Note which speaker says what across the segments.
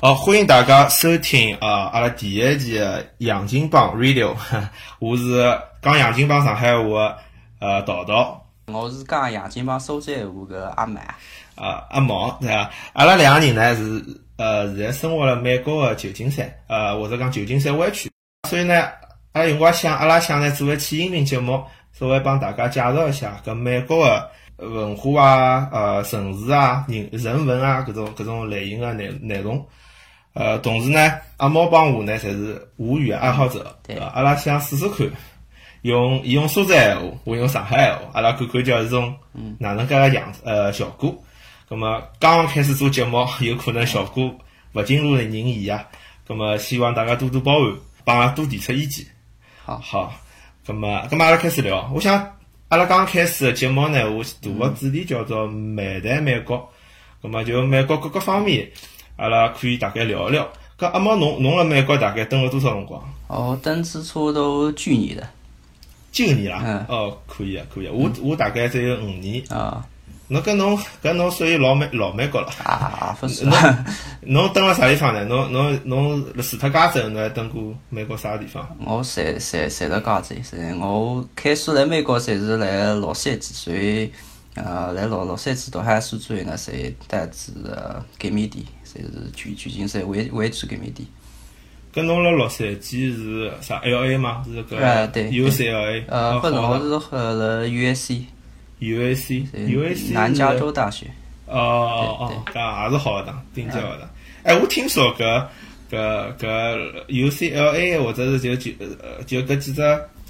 Speaker 1: 呃欢迎大家收听啊，阿拉第一期的杨金帮 Radio，我 是讲杨金帮上海话的呃桃桃
Speaker 2: 我是讲杨金帮苏州闲话搿阿满，
Speaker 1: 啊阿毛对伐？阿拉两个人呢是呃现在生活辣美国的旧金山呃或者讲旧金山湾区，所以呢阿拉有辰光想阿拉想呢做一期音频节目，稍微帮大家介绍一下搿美国的文化啊、呃城市啊、人人文啊搿种搿种类型的内内容。呃，同时呢，阿猫帮我呢，侪是吴语爱好者，
Speaker 2: 对
Speaker 1: 伐？阿拉想试试看，用伊用苏州闲话，我用上海闲话，阿拉看看叫是种哪能介个样子呃效果。咁么刚刚开始做节目，有可能效果勿尽如人意啊。咁么希望大家多多包涵，帮阿拉多提出意见。
Speaker 2: 好
Speaker 1: 好，咁么咁么啊阿拉开始聊。我想阿拉刚开始个节目呢，我大个主题叫做“漫谈美国”，咁么就美国各个方面，阿拉可以大概聊一聊。搿阿毛侬侬辣美国大概蹲了多少辰光？
Speaker 2: 我登次差不多去年的
Speaker 1: 九年啦。
Speaker 2: 嗯
Speaker 1: 哦，可以啊，可以啊。我我大概只有五年。
Speaker 2: 啊
Speaker 1: 侬搿侬搿侬属于老美老美国了。
Speaker 2: 啊，不
Speaker 1: 嗯
Speaker 2: 是，
Speaker 1: 侬蹲了啥地方呢？侬侬侬除脱加州，侬还蹲过美国啥地方？
Speaker 2: 我侪侪侪辣加州，侪我开始来美国侪是来洛杉矶，所以呃来洛洛杉矶到海苏州呢，侪带子呃革命地，侪是全全景侪围围住革命地。
Speaker 1: 搿侬辣洛杉矶是啥？L A 吗？是搿
Speaker 2: 啊对
Speaker 1: U C L A
Speaker 2: 呃，不是，我是和了 USC，
Speaker 1: U A C
Speaker 2: 呃
Speaker 1: U A C
Speaker 2: 南加州大学。
Speaker 1: 哦哦哦，搿也是好学堂，顶级学
Speaker 2: 啊
Speaker 1: 堂。哎，我听说搿搿搿 UCLA 或者是就就呃就搿几只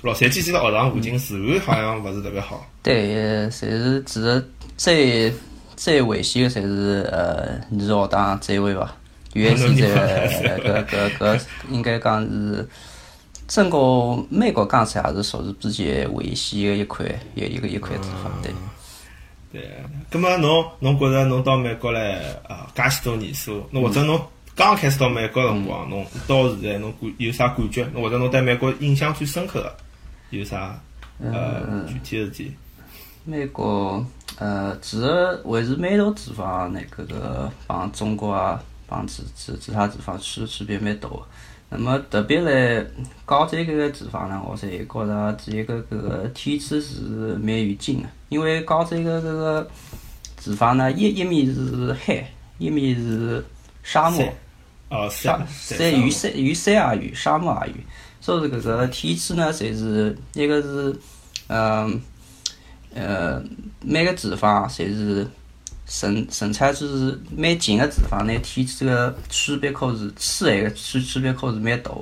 Speaker 1: 洛杉矶几只学堂附
Speaker 2: 嗯
Speaker 1: 近治安好像勿是特别好。
Speaker 2: 对，呃侪是其实最最危险的，侪是呃女学堂这位伐 u s 这个搿搿搿应该讲是整个美国讲起来也是属于比较危险的一块一一个一块地方，对。
Speaker 1: 对，葛末侬侬觉着侬到美国来啊，介许多年数，侬或者侬刚开始到美国辰光，侬到现在侬感有啥感觉？侬或者侬对美国印象最深刻的有啥
Speaker 2: 嗯
Speaker 1: 呃具体事体？
Speaker 2: 美国，呃，其实还是蛮多地方啊那个个帮中国啊，帮其其其他地方区区别蛮大的。啊那么特别来高州搿个地方呢，我才觉着这个搿个天气是蛮有劲的，因为高州搿个搿个地方呢，一一面是海，一面是沙漠。
Speaker 1: 哦，是
Speaker 2: 山
Speaker 1: 啊
Speaker 2: 山有山有山也有，沙漠也有。所以搿个天气呢，侪是一个是，嗯，呃，每个地方侪是生生产就是蛮近个地方，那天气个区别可是气候个区区别可是蛮大个。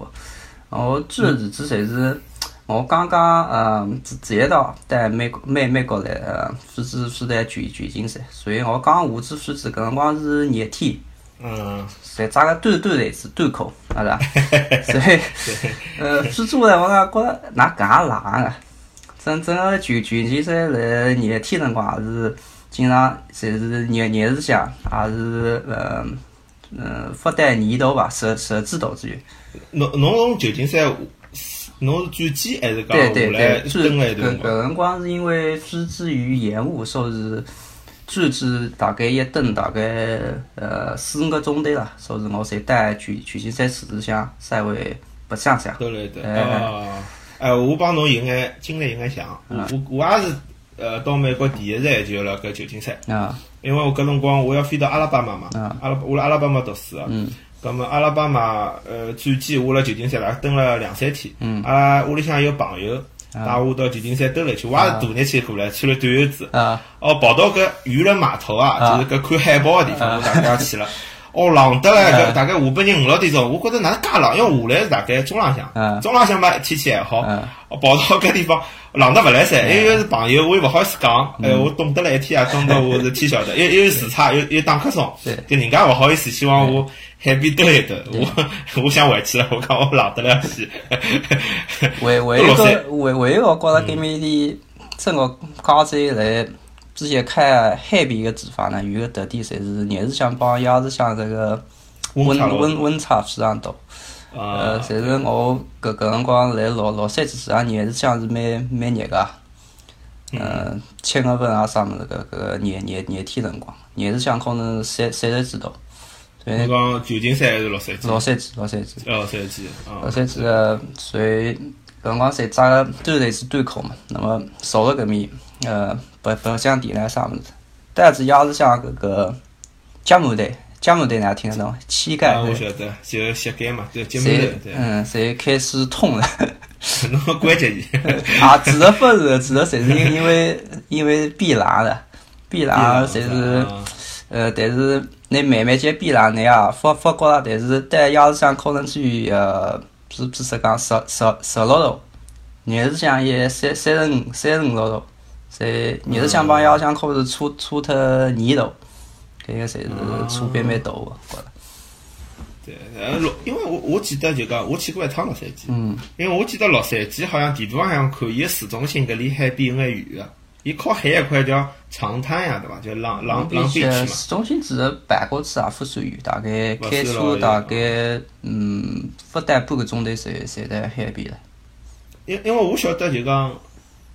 Speaker 2: 我举个例子，侪是我刚刚呃只一道带美国美美国来，呃，飞机飞在全全景噻，所以我刚下次飞机搿辰光是热天。
Speaker 1: 嗯，
Speaker 2: 侪扎个短短裙子、短裤，是啊吧？所以，呃，蜘蛛呢，我讲觉着哪搿也冷啊！真正个全全季赛辣热天辰光也是经常侪是热热日下，也是呃呃发呆泥头伐，手手指头之类。
Speaker 1: 侬侬从旧金山，侬是转机还是讲
Speaker 2: 对嗯
Speaker 1: 下
Speaker 2: 对
Speaker 1: 来
Speaker 2: 对，最
Speaker 1: 蹲了一
Speaker 2: 搿
Speaker 1: 段辰
Speaker 2: 搿
Speaker 1: 光？
Speaker 2: 辰光是因为飞机有延误，说是最至大概一等大概呃四五个钟头啦，说是我侪待全全金山市里向稍微白相相。
Speaker 1: 蹲了一段。
Speaker 2: 哎嗯
Speaker 1: 哦，哎，我帮侬有眼经历有眼像，我我我也是呃到美国第一站就辣搿旧金山。
Speaker 2: 啊
Speaker 1: 因为我搿辰光我要飞到阿拉巴马嘛
Speaker 2: 啊，
Speaker 1: 阿拉巴我辣阿拉巴马读书啊，咁么阿拉巴马呃转机我辣旧金山大概蹲了两三天，阿拉屋里向有朋友带我到旧金山兜了一圈，我也是大热天过来，穿了短袖子，
Speaker 2: 啊
Speaker 1: 哦跑到搿渔人码头啊，就
Speaker 2: 啊
Speaker 1: 是搿看海豹个地方，我大概也去 了。哦，冷得嘞！
Speaker 2: 啊
Speaker 1: 搿大概下半日五六点钟，我觉着哪能介冷？因为下来是大概中浪向，
Speaker 2: 啊
Speaker 1: 中浪向嘛天气还好，
Speaker 2: 啊
Speaker 1: 哦跑到搿地方冷得勿来三，因为是朋友，我又勿好意思讲，
Speaker 2: 嗯
Speaker 1: 哎，我冻得了一天啊，冻得我是天晓 得，又又有时差，又又打瞌睡
Speaker 2: 对，
Speaker 1: 就人家勿好意思，希望我海边兜一兜，我 我想回去了，我讲我冷得了去，
Speaker 2: 唯唯一
Speaker 1: 老嗯
Speaker 2: 一
Speaker 1: 三
Speaker 2: 个唯唯一一个觉着搿面的整个加州来之前看海边个地方呢，有个特点，侪是热日向帮夜日向这个
Speaker 1: 温
Speaker 2: 温
Speaker 1: 差老
Speaker 2: 温温差非常大。呃，
Speaker 1: 啊，
Speaker 2: 侪是我搿搿辰光来老老山之上，热日向是蛮蛮热个啊。
Speaker 1: 嗯
Speaker 2: 呃，七月份啊啥物事搿搿热热热天辰光，热日向可能三三十几度，
Speaker 1: 侬
Speaker 2: 对，
Speaker 1: 讲旧金山还是洛杉矶？
Speaker 2: 洛杉矶，洛杉矶，
Speaker 1: 呃，洛杉矶，
Speaker 2: 洛
Speaker 1: 啊，
Speaker 2: 杉矶个属于呃搿辰光侪抓了都类似端口嘛，那么熟了搿面，呃，白白相甜啦啥物事，但是要是像搿个呃加姆队，加姆队哪听得懂？膝盖
Speaker 1: 啊，我
Speaker 2: 对
Speaker 1: 晓得，就是膝盖嘛，就结
Speaker 2: 侪
Speaker 1: 门头，
Speaker 2: 嗯侪开始痛了。
Speaker 1: 对， 侬关节炎，
Speaker 2: 啊，指的不是，指的侪是因因为因为避冷的，避冷 侪是
Speaker 1: 啊
Speaker 2: 呃，但是你慢慢去避冷，你也发发觉了，但是但要是想可能至于呃，比比说讲十十十六度，热是想也三三十五三十五六度，侪热是想帮要想可是差差脱二度，搿个侪是差别蛮大的，我觉着。
Speaker 1: 对，呃，洛，因为我我记得就讲，我去过一趟洛杉矶，
Speaker 2: 嗯，
Speaker 1: 因为我记得洛杉矶好像地图上看，伊个市中心搿离海边有眼远个，伊靠海一块叫长滩呀，对伐？叫浪浪浪
Speaker 2: 比
Speaker 1: 边区嘛。
Speaker 2: 市嗯中心只是办公室也不算远，大概
Speaker 1: 不
Speaker 2: 开
Speaker 1: 算
Speaker 2: 车
Speaker 1: 老
Speaker 2: 大
Speaker 1: 远
Speaker 2: 概嗯不到半个钟头，侪侪在海边了。
Speaker 1: 因因为我晓得就讲，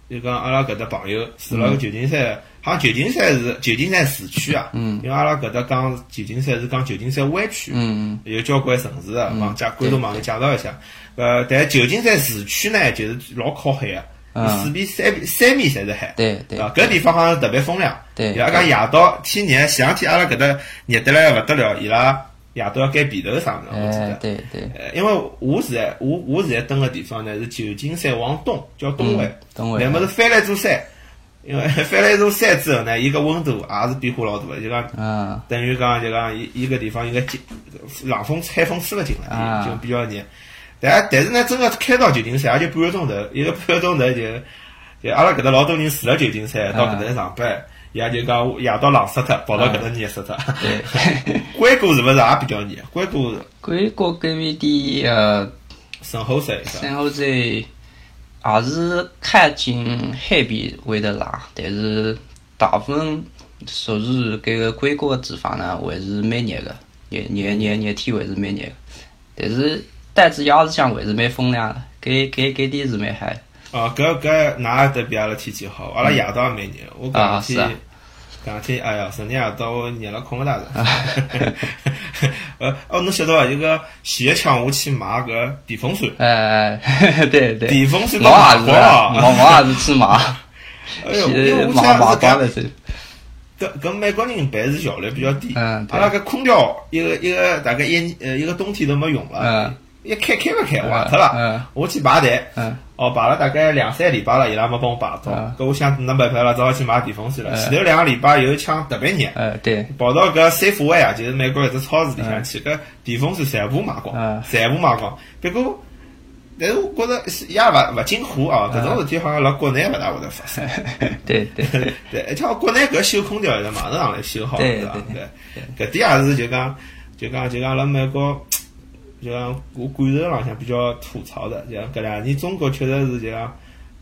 Speaker 1: 就讲阿拉搿搭朋友住辣个旧金山，好像旧金山是旧金山市区啊。
Speaker 2: 嗯
Speaker 1: 因为阿拉搿搭讲旧金山是讲旧金山湾区，
Speaker 2: 嗯，
Speaker 1: 有交关城市啊，帮介观众朋友介绍一下。呃，但旧金山市区呢，就是老靠海个，
Speaker 2: 嗯
Speaker 1: 四边三边三面侪是海。
Speaker 2: 对对
Speaker 1: 啊，搿地方好像特别风凉。
Speaker 2: 对
Speaker 1: 伊拉讲夜到天热，前两天阿拉搿搭热得来勿得了，伊拉夜到要盖被头啥物事，我记
Speaker 2: 哎
Speaker 1: 得。
Speaker 2: 对对，
Speaker 1: 呃，因为我现在我我现在蹲个地方呢是旧金山往东，叫东
Speaker 2: 嗯
Speaker 1: 湾，
Speaker 2: 东
Speaker 1: 那
Speaker 2: 莞
Speaker 1: 么是翻了一座山，因为 翻了一座山之后呢，伊个温度也是变化老大的，就讲
Speaker 2: 嗯
Speaker 1: 等于讲就讲伊伊个地方有个进冷风海风吹勿进来，
Speaker 2: 啊
Speaker 1: 就比较热。但但是呢，真个开到旧金山也就半个钟头，一个半个钟头就就阿拉搿搭老多人住辣旧金
Speaker 2: 啊
Speaker 1: 山，到搿搭来上班，也就讲夜到冷死脱，跑到搿搭热死脱。
Speaker 2: 啊对，
Speaker 1: 硅谷是勿是也比较热？硅谷
Speaker 2: 硅谷搿面的呃，
Speaker 1: 圣何塞是吧？
Speaker 2: 然后在也是靠近海边会得冷，但是大部分属于搿个硅谷个地方呢，还是蛮热个，热热热热天还是蛮热个，但是但是鸭子乡还是蛮风凉的，搿搿搿点是蛮嗨的。
Speaker 1: 哦，搿搿哪搭比阿拉天气好？阿拉夜到也蛮热，我搿两
Speaker 2: 啊
Speaker 1: 天
Speaker 2: 是啊
Speaker 1: 搿两天，哎呀，昨天夜到我热了 困勿 大着。呃，哦，侬晓得伐？有个前一抢我去买搿电风扇，
Speaker 2: 呃， 对对，
Speaker 1: 电风扇
Speaker 2: 我也是，
Speaker 1: 跟马花啊，
Speaker 2: 我我也是去买，
Speaker 1: 哎 呦，因为
Speaker 2: 去
Speaker 1: 我想
Speaker 2: 买买
Speaker 1: 是
Speaker 2: 光
Speaker 1: 搿
Speaker 2: 了去。
Speaker 1: 搿搿美国人办事效率比较低，
Speaker 2: 嗯
Speaker 1: 阿
Speaker 2: 对
Speaker 1: 拉搿空调一个一个大概一呃一个冬天都没用了
Speaker 2: 嗯，
Speaker 1: 一开开勿开坏
Speaker 2: 嗯
Speaker 1: 脱了
Speaker 2: 嗯，
Speaker 1: 我去排队。
Speaker 2: 嗯，
Speaker 1: 哦，排了大概两三个礼拜了，伊拉没帮我排到
Speaker 2: 啊。
Speaker 1: 搿我想那没办法了，只好去买电风扇了。
Speaker 2: 哎
Speaker 1: 前头两个礼拜有一枪特别热，
Speaker 2: 呃，对，
Speaker 1: 跑到搿 Safeway 啊，就是美国一只超市里
Speaker 2: 哎
Speaker 1: 向去，搿电风扇全部卖光
Speaker 2: 嗯，
Speaker 1: 全部卖光。不过，但是我觉着是也勿勿进货哦，搿种事体好像辣国内勿大会得发生。
Speaker 2: 对对对，
Speaker 1: 对，哎而且国内搿修空调是马上上来修好，
Speaker 2: 对
Speaker 1: 伐？对，搿点也是就讲，就讲就讲辣美国，就讲我感受浪向比较吐槽的，就讲搿两年中国确实是就讲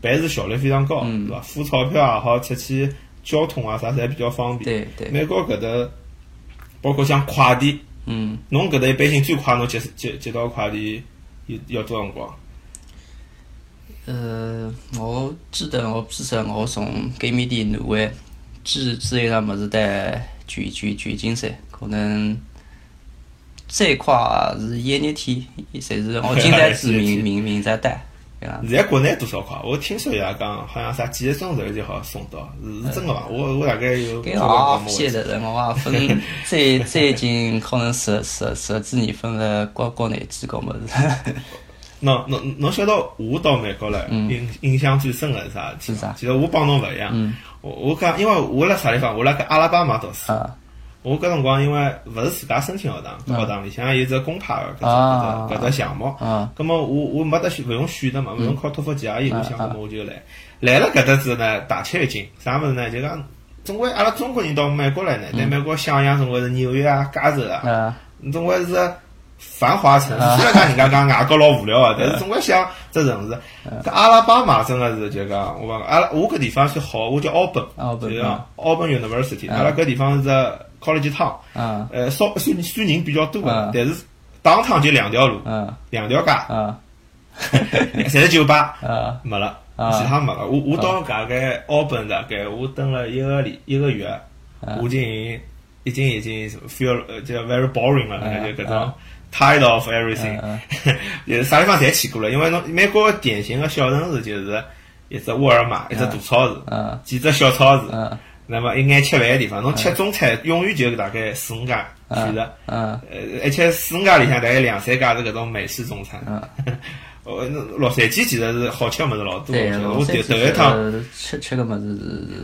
Speaker 1: 办事效率非常高，
Speaker 2: 嗯
Speaker 1: 对伐？付钞票也好，出去交通啊啥侪比较方便。
Speaker 2: 对对，
Speaker 1: 美国搿搭，包括像快递，
Speaker 2: 嗯，
Speaker 1: 侬搿搭一般性最快侬接接接到快递要要多少辰光？
Speaker 2: 呃，我记得我至少我从搿面的南湾寄寄一趟物事到旧旧旧金山，可能最快是一日天，侪是我今朝寄明明明朝到，对伐？
Speaker 1: 现在国内多少块？我听说伊拉讲，好像啥几个钟头就好像送到，是是真个伐？我我大概有
Speaker 2: 搿
Speaker 1: 做过
Speaker 2: 个
Speaker 1: 广
Speaker 2: 也
Speaker 1: 播
Speaker 2: 晓得的，我也分最最近可能十十十几年分了国国内几个物事，
Speaker 1: 侬侬侬晓得我到美国来，印印象最深个是啥事体
Speaker 2: 嗯是
Speaker 1: 吗
Speaker 2: 啥？嗯
Speaker 1: 其实我帮侬勿一样，我我讲，因为我辣啥地方？我辣搿阿拉巴马读书。
Speaker 2: 啊
Speaker 1: 我搿辰光因为勿是自家申请学堂，搿
Speaker 2: 嗯
Speaker 1: 学堂里向有只公派个搿
Speaker 2: 啊
Speaker 1: 只搿只搿只项目。
Speaker 2: 啊嗯
Speaker 1: 咁么我我没得选，勿用选的嘛，勿用考托福 GRE，我想
Speaker 2: 啊
Speaker 1: 咁么我就来。来了搿搭子呢，大吃一惊，啥物事呢？就讲，总归阿拉中国人到美国来呢，
Speaker 2: 嗯
Speaker 1: 在美国想象总归是纽约啊、加州啊，
Speaker 2: 啊
Speaker 1: 总归是繁华城市。虽然讲人家讲外国老无聊 啊，但是总归想这城市。
Speaker 2: 嗯
Speaker 1: 搿阿拉巴马真个是就讲，我讲阿拉我搿地方算好，我叫奥本，
Speaker 2: 奥本
Speaker 1: 就是
Speaker 2: 嗯
Speaker 1: 讲奥本 University，
Speaker 2: 嗯
Speaker 1: 阿拉搿地方是 college town，
Speaker 2: 啊
Speaker 1: 呃，少算算人比较多个
Speaker 2: 嗯，
Speaker 1: 但是当趟就两条路，
Speaker 2: 啊
Speaker 1: 两条街。
Speaker 2: 啊
Speaker 1: 侪是酒吧，
Speaker 2: 啊
Speaker 1: 没了，
Speaker 2: 啊
Speaker 1: 其他没了。我我到大概澳本大概我蹲了一个礼一个月，我进已经已经 feel 呃就 very boring 了，
Speaker 2: 嗯
Speaker 1: 就搿
Speaker 2: 嗯
Speaker 1: 种 tired of everything，
Speaker 2: 嗯
Speaker 1: 就是啥地方侪去过了。因为侬美国典型的小城市就是一只沃尔玛，一只大超市，
Speaker 2: 嗯
Speaker 1: 几只小超市，
Speaker 2: 嗯
Speaker 1: 那么一眼吃饭的地方，侬吃中餐永远就大概四五家选择，
Speaker 2: 嗯
Speaker 1: 呃，而且四五家里向大概两三家是搿种美式中餐。
Speaker 2: 嗯，
Speaker 1: 哦，那洛杉矶其实是好吃的物事老多，
Speaker 2: 对，
Speaker 1: 我觉得我头头一趟。
Speaker 2: 吃吃个么子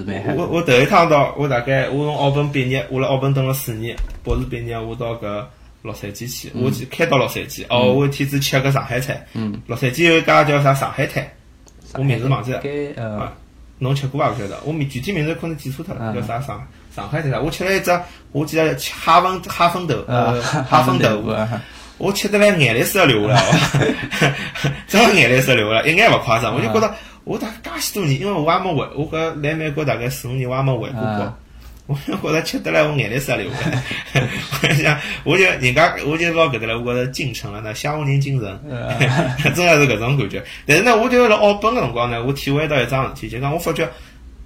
Speaker 2: 是是蛮好
Speaker 1: 我
Speaker 2: 的，
Speaker 1: 我头一趟到，我大概我从澳本毕业，我辣澳本蹲了四年，博士毕业我到搿洛杉矶去，我去开到洛杉矶，哦，我一天子吃搿上海菜，
Speaker 2: 嗯，
Speaker 1: 洛杉矶有一家叫啥上海滩，我名字忘记了，
Speaker 2: 该
Speaker 1: 啊
Speaker 2: 呃
Speaker 1: 侬吃过伐？勿晓得，我名具体名字可能记错脱了，
Speaker 2: 嗯
Speaker 1: 叫啥上上海滩啥？我吃了一只，我记得吃哈芬哈芬豆，呃，哈芬豆腐，
Speaker 2: 啊，
Speaker 1: 我吃得来眼泪水流下来，哦真的眼泪水流下来，一眼勿夸张。我就觉得我大介许多年，因为我也没回，我搿来美国大概四五年，我也没回过国
Speaker 2: 嗯。
Speaker 1: 我就觉得吃得来，我眼泪水也流下来。 我就想，我就人家，我就到搿搭来，我觉着进城了呢，乡下人进城，
Speaker 2: 呃
Speaker 1: 真的是搿种感觉。但是呢，我就辣澳本个辰光呢，我体会到一桩事体，就讲我发觉，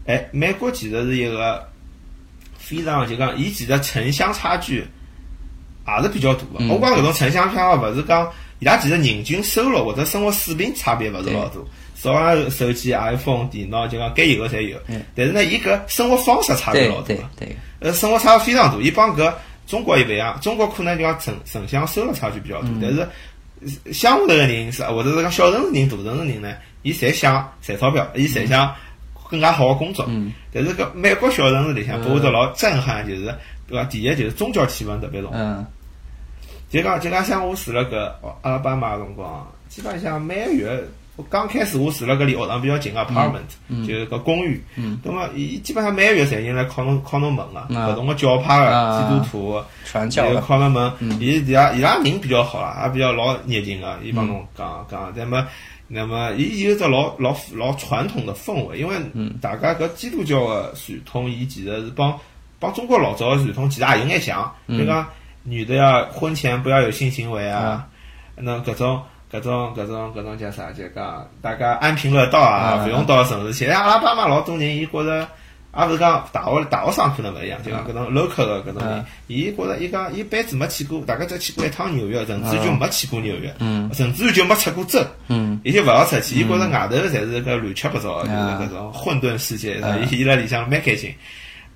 Speaker 1: 哎，美国其实是一个非常就讲，伊其实城乡差距也是比较大的。
Speaker 2: 嗯
Speaker 1: 我讲搿种城乡差勿是讲伊拉其实人均收入或者生活水平差别勿是老大，手上手机、iPhone、电脑就讲该有个侪有
Speaker 2: 嗯，
Speaker 1: 但是呢，伊搿生活方式差别
Speaker 2: 对
Speaker 1: 老大
Speaker 2: 对。对，
Speaker 1: 呃，生活差距非常大，伊帮搿中国也勿一样，中国可能就讲城城乡收入差距比较大，
Speaker 2: 嗯
Speaker 1: 但是呃乡下头个人是或者是讲小城市人、大城市人呢，伊侪想赚钞票，伊侪想更加好个工作。
Speaker 2: 嗯
Speaker 1: 但是搿美国小城市里向，
Speaker 2: 嗯
Speaker 1: 拨我觉老震撼，就是对伐？第一就是宗教气氛特别重，
Speaker 2: 嗯
Speaker 1: 就讲就讲像我住辣搿哦阿拉巴马个辰光，基本上每个月。我刚开始我住辣搿离学堂比较近个啊 apartment，、
Speaker 2: 嗯
Speaker 1: 就是搿公寓。
Speaker 2: 嗯，
Speaker 1: 那么伊基本上每个月侪有人来敲侬敲侬门个，
Speaker 2: 啊
Speaker 1: 勿同个教派个
Speaker 2: 啊
Speaker 1: 基督徒个，
Speaker 2: 传教
Speaker 1: 就
Speaker 2: 了，
Speaker 1: 敲了门
Speaker 2: 嗯，
Speaker 1: 伊伊拉伊拉人比较好啦，也比较老热情个，
Speaker 2: 嗯
Speaker 1: 伊帮侬讲讲，那么那么伊有一只老老老传统的氛围，因为
Speaker 2: 嗯
Speaker 1: 大家搿基督教个传统，伊其实是帮帮中国老早个传统其实也有眼像，
Speaker 2: 嗯
Speaker 1: 就讲女的要婚前不要有性行为啊，
Speaker 2: 嗯
Speaker 1: 那搿种。搿种搿种搿种叫啥？就讲大家安贫乐道啊，
Speaker 2: 啊
Speaker 1: 勿用到城市去。哎阿拉巴马老多人，伊觉着也勿是讲大学大学生可能勿一样，就讲搿种 local 的搿种人
Speaker 2: 嗯，
Speaker 1: 伊觉着伊讲伊一辈子没去过，大概只去过一趟纽约，甚至于就没去过纽约，
Speaker 2: 嗯
Speaker 1: 甚至于就没出过州，
Speaker 2: 嗯
Speaker 1: 伊就勿要出去。伊觉着外头侪是搿乱七八糟的，就是
Speaker 2: 嗯
Speaker 1: 搿种混沌世界，
Speaker 2: 嗯
Speaker 1: 伊伊辣里向蛮开心。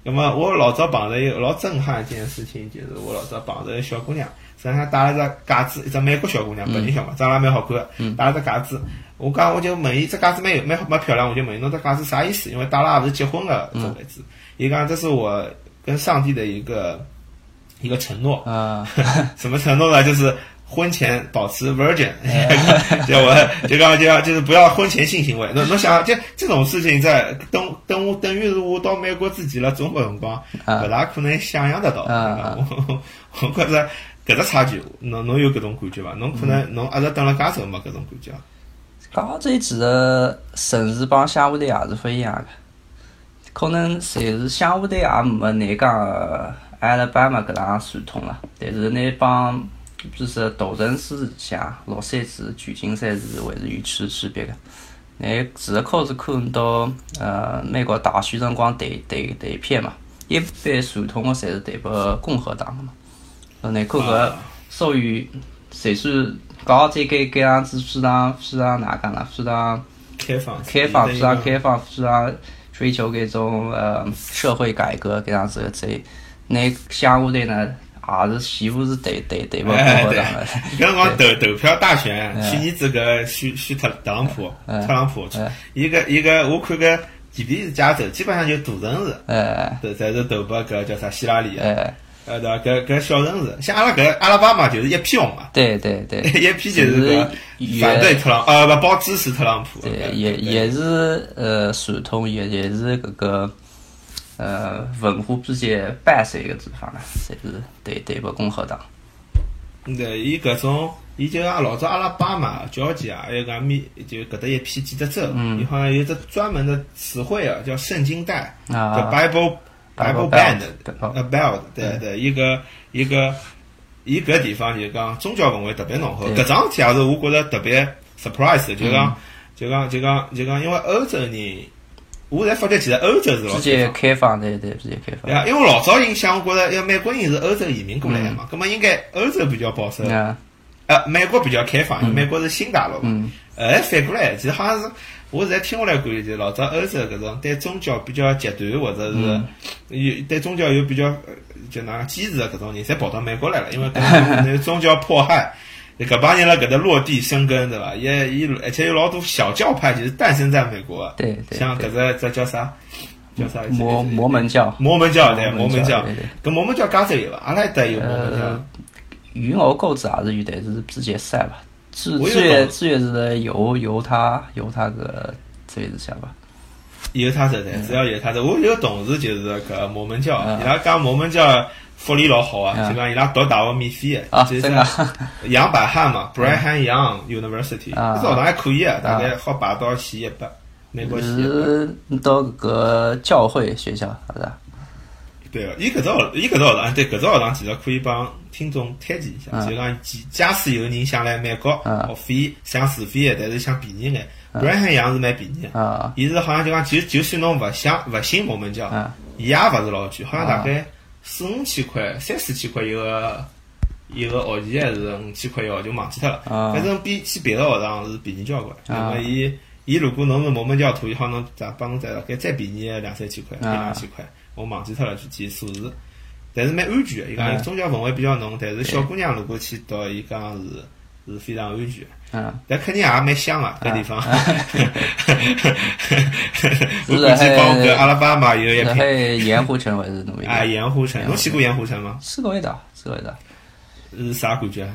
Speaker 1: 那么我老早碰着一个老震撼一件事情，就是我老早碰着一个小姑娘，身上戴了只戒指，一只美国小姑娘，白人小姑娘，长得也蛮好看的，戴了只戒指。我讲我就问伊，这戒指蛮有蛮蛮漂亮，我就问伊侬这戒指啥意思？因为戴了也不是结婚的这戒指。伊讲这是我跟上帝的一个一个承诺，
Speaker 2: 啊，
Speaker 1: 什么承诺呢？就是婚前保持 virgin，就
Speaker 2: 哎
Speaker 1: 我就刚就要就是不要婚前性行为。那侬想，这这种事情在等等我等于是我到美国自己了中国辰光，
Speaker 2: 啊
Speaker 1: 勿大可能想象得到。
Speaker 2: 啊啊
Speaker 1: 我 我觉着搿只差距，侬侬有搿种感觉伐？侬可
Speaker 2: 嗯
Speaker 1: 能侬一直等了加州没搿种感觉啊。
Speaker 2: 高州其实城市帮乡下头也是不一样的，可能就是乡下头也没你讲的阿拉巴马搿能传统了，但是呢帮就是大城市像洛杉矶、旧金山是还是有区区别的。你除了考试看到呃美国大选辰光投投投票嘛，一般传统的侪是投拨共和党的嘛，那你看搿
Speaker 1: 啊
Speaker 2: 授予虽算搞这个搿样子非常非常哪讲呢？非常
Speaker 1: 开放，
Speaker 2: 开放，非常
Speaker 1: 一个
Speaker 2: 开放，非常啊追求搿种呃社会改革搿样子的这，那乡下头呢也是几乎是对对对勿共
Speaker 1: 哎，
Speaker 2: 和
Speaker 1: 对
Speaker 2: 党的，
Speaker 1: 搿辰光投投票大选，
Speaker 2: 嗯
Speaker 1: 去年子搿选选特特朗普，
Speaker 2: 嗯
Speaker 1: 特朗普
Speaker 2: 嗯，
Speaker 1: 伊搿伊搿我看搿即便是加州，基本上就大城市，
Speaker 2: 呃
Speaker 1: 都侪是投拨搿叫啥希拉里，
Speaker 2: 呃，
Speaker 1: 呃对伐？搿搿小城市，像阿拉搿阿拉巴马就是一批红啊，，
Speaker 2: 对对对
Speaker 1: 一批就是搿
Speaker 2: 也
Speaker 1: 反对特朗，呃勿包支持特朗普，
Speaker 2: 对
Speaker 1: 搿
Speaker 2: 也
Speaker 1: 搿
Speaker 2: 也是呃传统，也也是搿个呃文化之间伴随一个地方呢，侪是对对拨共和党，
Speaker 1: 对，伊搿种，伊就像老早阿拉巴马、交吉啊，还有讲咪，就搿搭一批几只州，
Speaker 2: 嗯
Speaker 1: 伊好像有只专门的词汇啊，叫圣经带，
Speaker 2: 啊
Speaker 1: 叫 Bible
Speaker 2: Bible
Speaker 1: Band，
Speaker 2: Belt，
Speaker 1: 呃 Belt，对对，一个一个，伊搿地方就讲宗教氛围特别浓厚，
Speaker 2: 对嗯
Speaker 1: 搿桩事体也是我觉着特别 surprise，的就讲就讲就讲就讲，因为欧洲人。我才发觉其实欧洲是老
Speaker 2: 直
Speaker 1: 开放的。
Speaker 2: 接开放，对对，直接开
Speaker 1: 对
Speaker 2: 放。
Speaker 1: 啊，因为老早印象，我觉着要美国人是欧洲移民过来的
Speaker 2: 嗯
Speaker 1: 嘛，葛么应该欧洲比较保守，
Speaker 2: 啊，
Speaker 1: 呃，美国比较开放，因为美国是新大陆嘛。
Speaker 2: 嗯
Speaker 1: 哎，反过来，其实好像是我现在听下来感觉，就是老早欧洲搿种对宗教比较极端，或者是
Speaker 2: 嗯
Speaker 1: 有对宗教有比较呃就哪能坚持的搿种人，侪跑到美国来了，因为搿种 那个宗教迫害，搿帮人辣搿搭落地生根，对伐？也也而且有老多小教派，就是诞生在美国的，
Speaker 2: 对对
Speaker 1: 像搿只只叫啥？叫啥？
Speaker 2: 摩摩门教，
Speaker 1: 摩门教对，
Speaker 2: 摩
Speaker 1: 摩门
Speaker 2: 教，
Speaker 1: 教
Speaker 2: 对，对。
Speaker 1: 搿摩门教加州有伐？阿拉一搭有摩门教
Speaker 2: 呃。，与我告知也是有，但是之前塞吧，之
Speaker 1: 我
Speaker 2: 之
Speaker 1: 有
Speaker 2: 前
Speaker 1: 搞
Speaker 2: 之前是由由他由他个这一下吧，
Speaker 1: 有他存在，只要有他在。我有个同事就是搿摩门教，
Speaker 2: 嗯
Speaker 1: 伊拉讲摩门教福利老好啊，
Speaker 2: 嗯
Speaker 1: 基本上伊拉读大学免费
Speaker 2: 啊
Speaker 1: 的，就是
Speaker 2: 真的嗯
Speaker 1: 杨百翰嘛，Brigham Young University，
Speaker 2: 啊
Speaker 1: 搿学堂还可以啊，大概好排到前一百，美 国前一百。
Speaker 2: 是到个教会学校，好吧？
Speaker 1: 对啊个，伊搿只学，伊搿只学堂，对搿只学堂其实可以帮听众推荐一下，
Speaker 2: 嗯
Speaker 1: 就讲，即假使有人想来美国
Speaker 2: 嗯
Speaker 1: 学费想自费的，但是想便宜眼，Brigham Young 是蛮便宜的。
Speaker 2: 啊，
Speaker 1: 伊是好像就讲，就就算侬勿想勿信我们教
Speaker 2: 嗯，
Speaker 1: 伊也勿是老贵，好像大
Speaker 2: 啊
Speaker 1: 概四五千块、三四千块一个一个学期，还是五千块一个，就忘记脱了。
Speaker 2: 啊
Speaker 1: 反正比起别的学堂是便宜交关。那
Speaker 2: 啊
Speaker 1: 么伊伊如果侬是摩门教徒，伊好侬再帮侬再大概再便宜两三千块，一
Speaker 2: 啊
Speaker 1: 两千块，我忘记脱了具体数字。但是蛮安全的，伊讲
Speaker 2: 嗯
Speaker 1: 宗教氛围比较浓，但是小姑娘如果去读，伊讲是是非常安全的。
Speaker 2: 嗯，
Speaker 1: 但肯定也蛮香啊，搿地方。 我
Speaker 2: 是
Speaker 1: 估计包
Speaker 2: 还
Speaker 1: 括阿拉巴马有一
Speaker 2: 然
Speaker 1: 片
Speaker 2: 后盐湖城还是哪
Speaker 1: 啊，
Speaker 2: 边？
Speaker 1: 盐湖城，侬去过哎盐湖城吗？
Speaker 2: 是过一道，是过一道，
Speaker 1: 是啥感觉啊？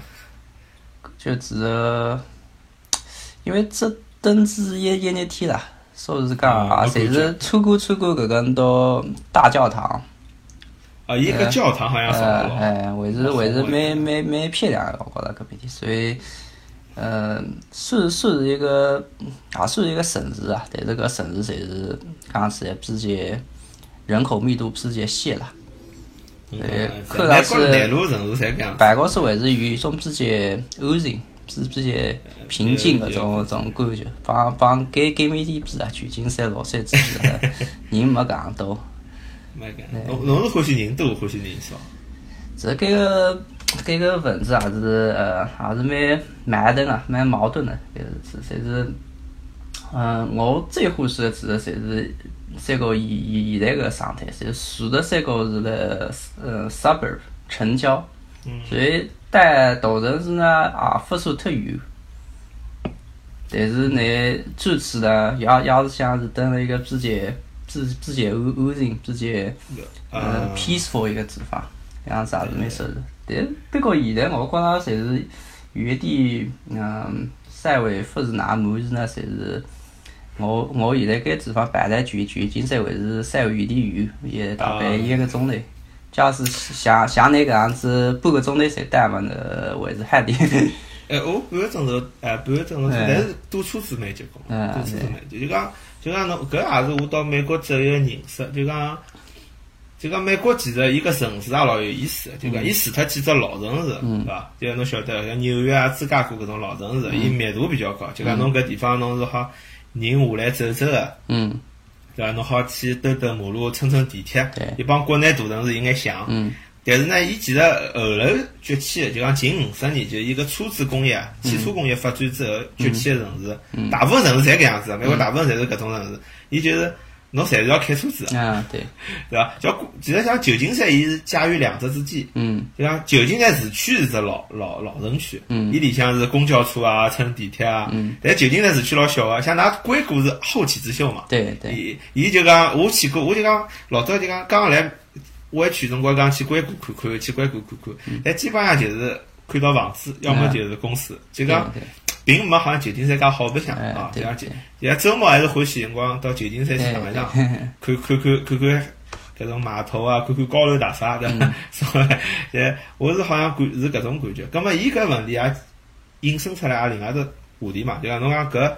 Speaker 2: 就只是因为这等子一一热天啦，说实讲
Speaker 1: 啊
Speaker 2: 啊，
Speaker 1: 我感
Speaker 2: 侪
Speaker 1: 觉
Speaker 2: 是穿过穿过搿个到大教堂。
Speaker 1: 啊，伊个教堂好像少
Speaker 2: 呃，
Speaker 1: 了。
Speaker 2: 哎，还是还是蛮蛮蛮漂亮的，我觉着搿边地，所以，呃，算算是一个，呃也算是一个城市啊，但是搿城市侪是讲起来比较人口密度比较细啦，
Speaker 1: 嗯
Speaker 2: 哎
Speaker 1: 对
Speaker 2: 看上
Speaker 1: 美
Speaker 2: 去
Speaker 1: 国南陆城市侪搿样子。
Speaker 2: 办公室还是有一种比较安静、比比较平静搿种种感觉，帮帮改改面地比啊，旧金山、老山之比啊，人没搿样多。
Speaker 1: 蛮搿样侬侬是欢喜人多，欢喜人少？
Speaker 2: 这搿个搿个文字也是呃，也是蛮矛盾啊，蛮矛盾的搿个字，侪是，嗯、我最欢喜的字侪是三高现现现在个状态，侪住的三高是辣呃 suburb 城郊，
Speaker 1: 嗯
Speaker 2: 所以带大城市呢啊也勿算忒远。但是呢，住处呢，也也是像是登了一个比较比比较安安静、比较呃
Speaker 1: 啊，
Speaker 2: peaceful 一个地方，搿样子也是蛮舒服。但不过现在我觉着侪是有一点，嗯，稍微勿是那满意呢，侪是我我现在搿地方摆在距距金山还是稍微有点远，也大概一个钟头。假使像像你搿样子半个钟头才到嘛，那还是还点。
Speaker 1: 哎，我半个钟头，哎，半个钟头，
Speaker 2: 哎
Speaker 1: 但是堵车子蛮结棍，
Speaker 2: 哎
Speaker 1: 堵车子
Speaker 2: 对
Speaker 1: 蛮结棍。就讲，就讲侬搿也是我到美国之后一个认识，就讲，就讲美国其实伊个城市也老有意思的，就
Speaker 2: 嗯
Speaker 1: 讲伊除脱几只老城市，对伐？就像侬晓得，像纽约啊、芝加哥搿种老城
Speaker 2: 嗯
Speaker 1: 市，伊密度比较高，就讲侬搿地方侬是好人下来走走个。
Speaker 2: 嗯
Speaker 1: 对伐？侬好去兜兜马路、乘乘地铁
Speaker 2: 对，
Speaker 1: 伊帮国内大城市有眼像。
Speaker 2: 嗯
Speaker 1: 但是呢，伊其实后头崛起的，就讲近五十年，就是一个车子工业、
Speaker 2: 嗯
Speaker 1: 汽车工业发展之后崛起的城市，大部分城市侪搿样子，啊美国
Speaker 2: 嗯
Speaker 1: 大部分侪是搿种城市。伊就是侬侪是要开车子的，
Speaker 2: 啊对，
Speaker 1: 对伐？叫其实像旧金山，伊是介于两者之间。
Speaker 2: 嗯
Speaker 1: 就像旧金山市区是只老老老城区，
Speaker 2: 嗯
Speaker 1: 伊里向是公交车啊、乘地铁啊。
Speaker 2: 嗯
Speaker 1: 但旧金山市区老小啊，像㑚硅谷是后起之秀嘛。
Speaker 2: 对对，
Speaker 1: 伊伊就讲，我去过，我就讲老早就讲刚来湾区辰光讲去硅谷看看，去硅谷看看，但基本上就是看到房子，要么就是公司，就
Speaker 2: 对
Speaker 1: 讲
Speaker 2: 对
Speaker 1: 并没好像旧金山介好白相
Speaker 2: 哎
Speaker 1: 啊，就
Speaker 2: 对
Speaker 1: 讲就
Speaker 2: 对
Speaker 1: 像周末还是欢喜辰光到旧金山去
Speaker 2: 对
Speaker 1: 荡一
Speaker 2: 对
Speaker 1: 荡， 看看看看看。搿种码头啊，看看高楼大厦，对
Speaker 2: 嗯
Speaker 1: 伐？所以，哎我是好像感是搿种感觉。葛末伊搿问题也引申出来也另外只话题嘛，就讲侬讲搿，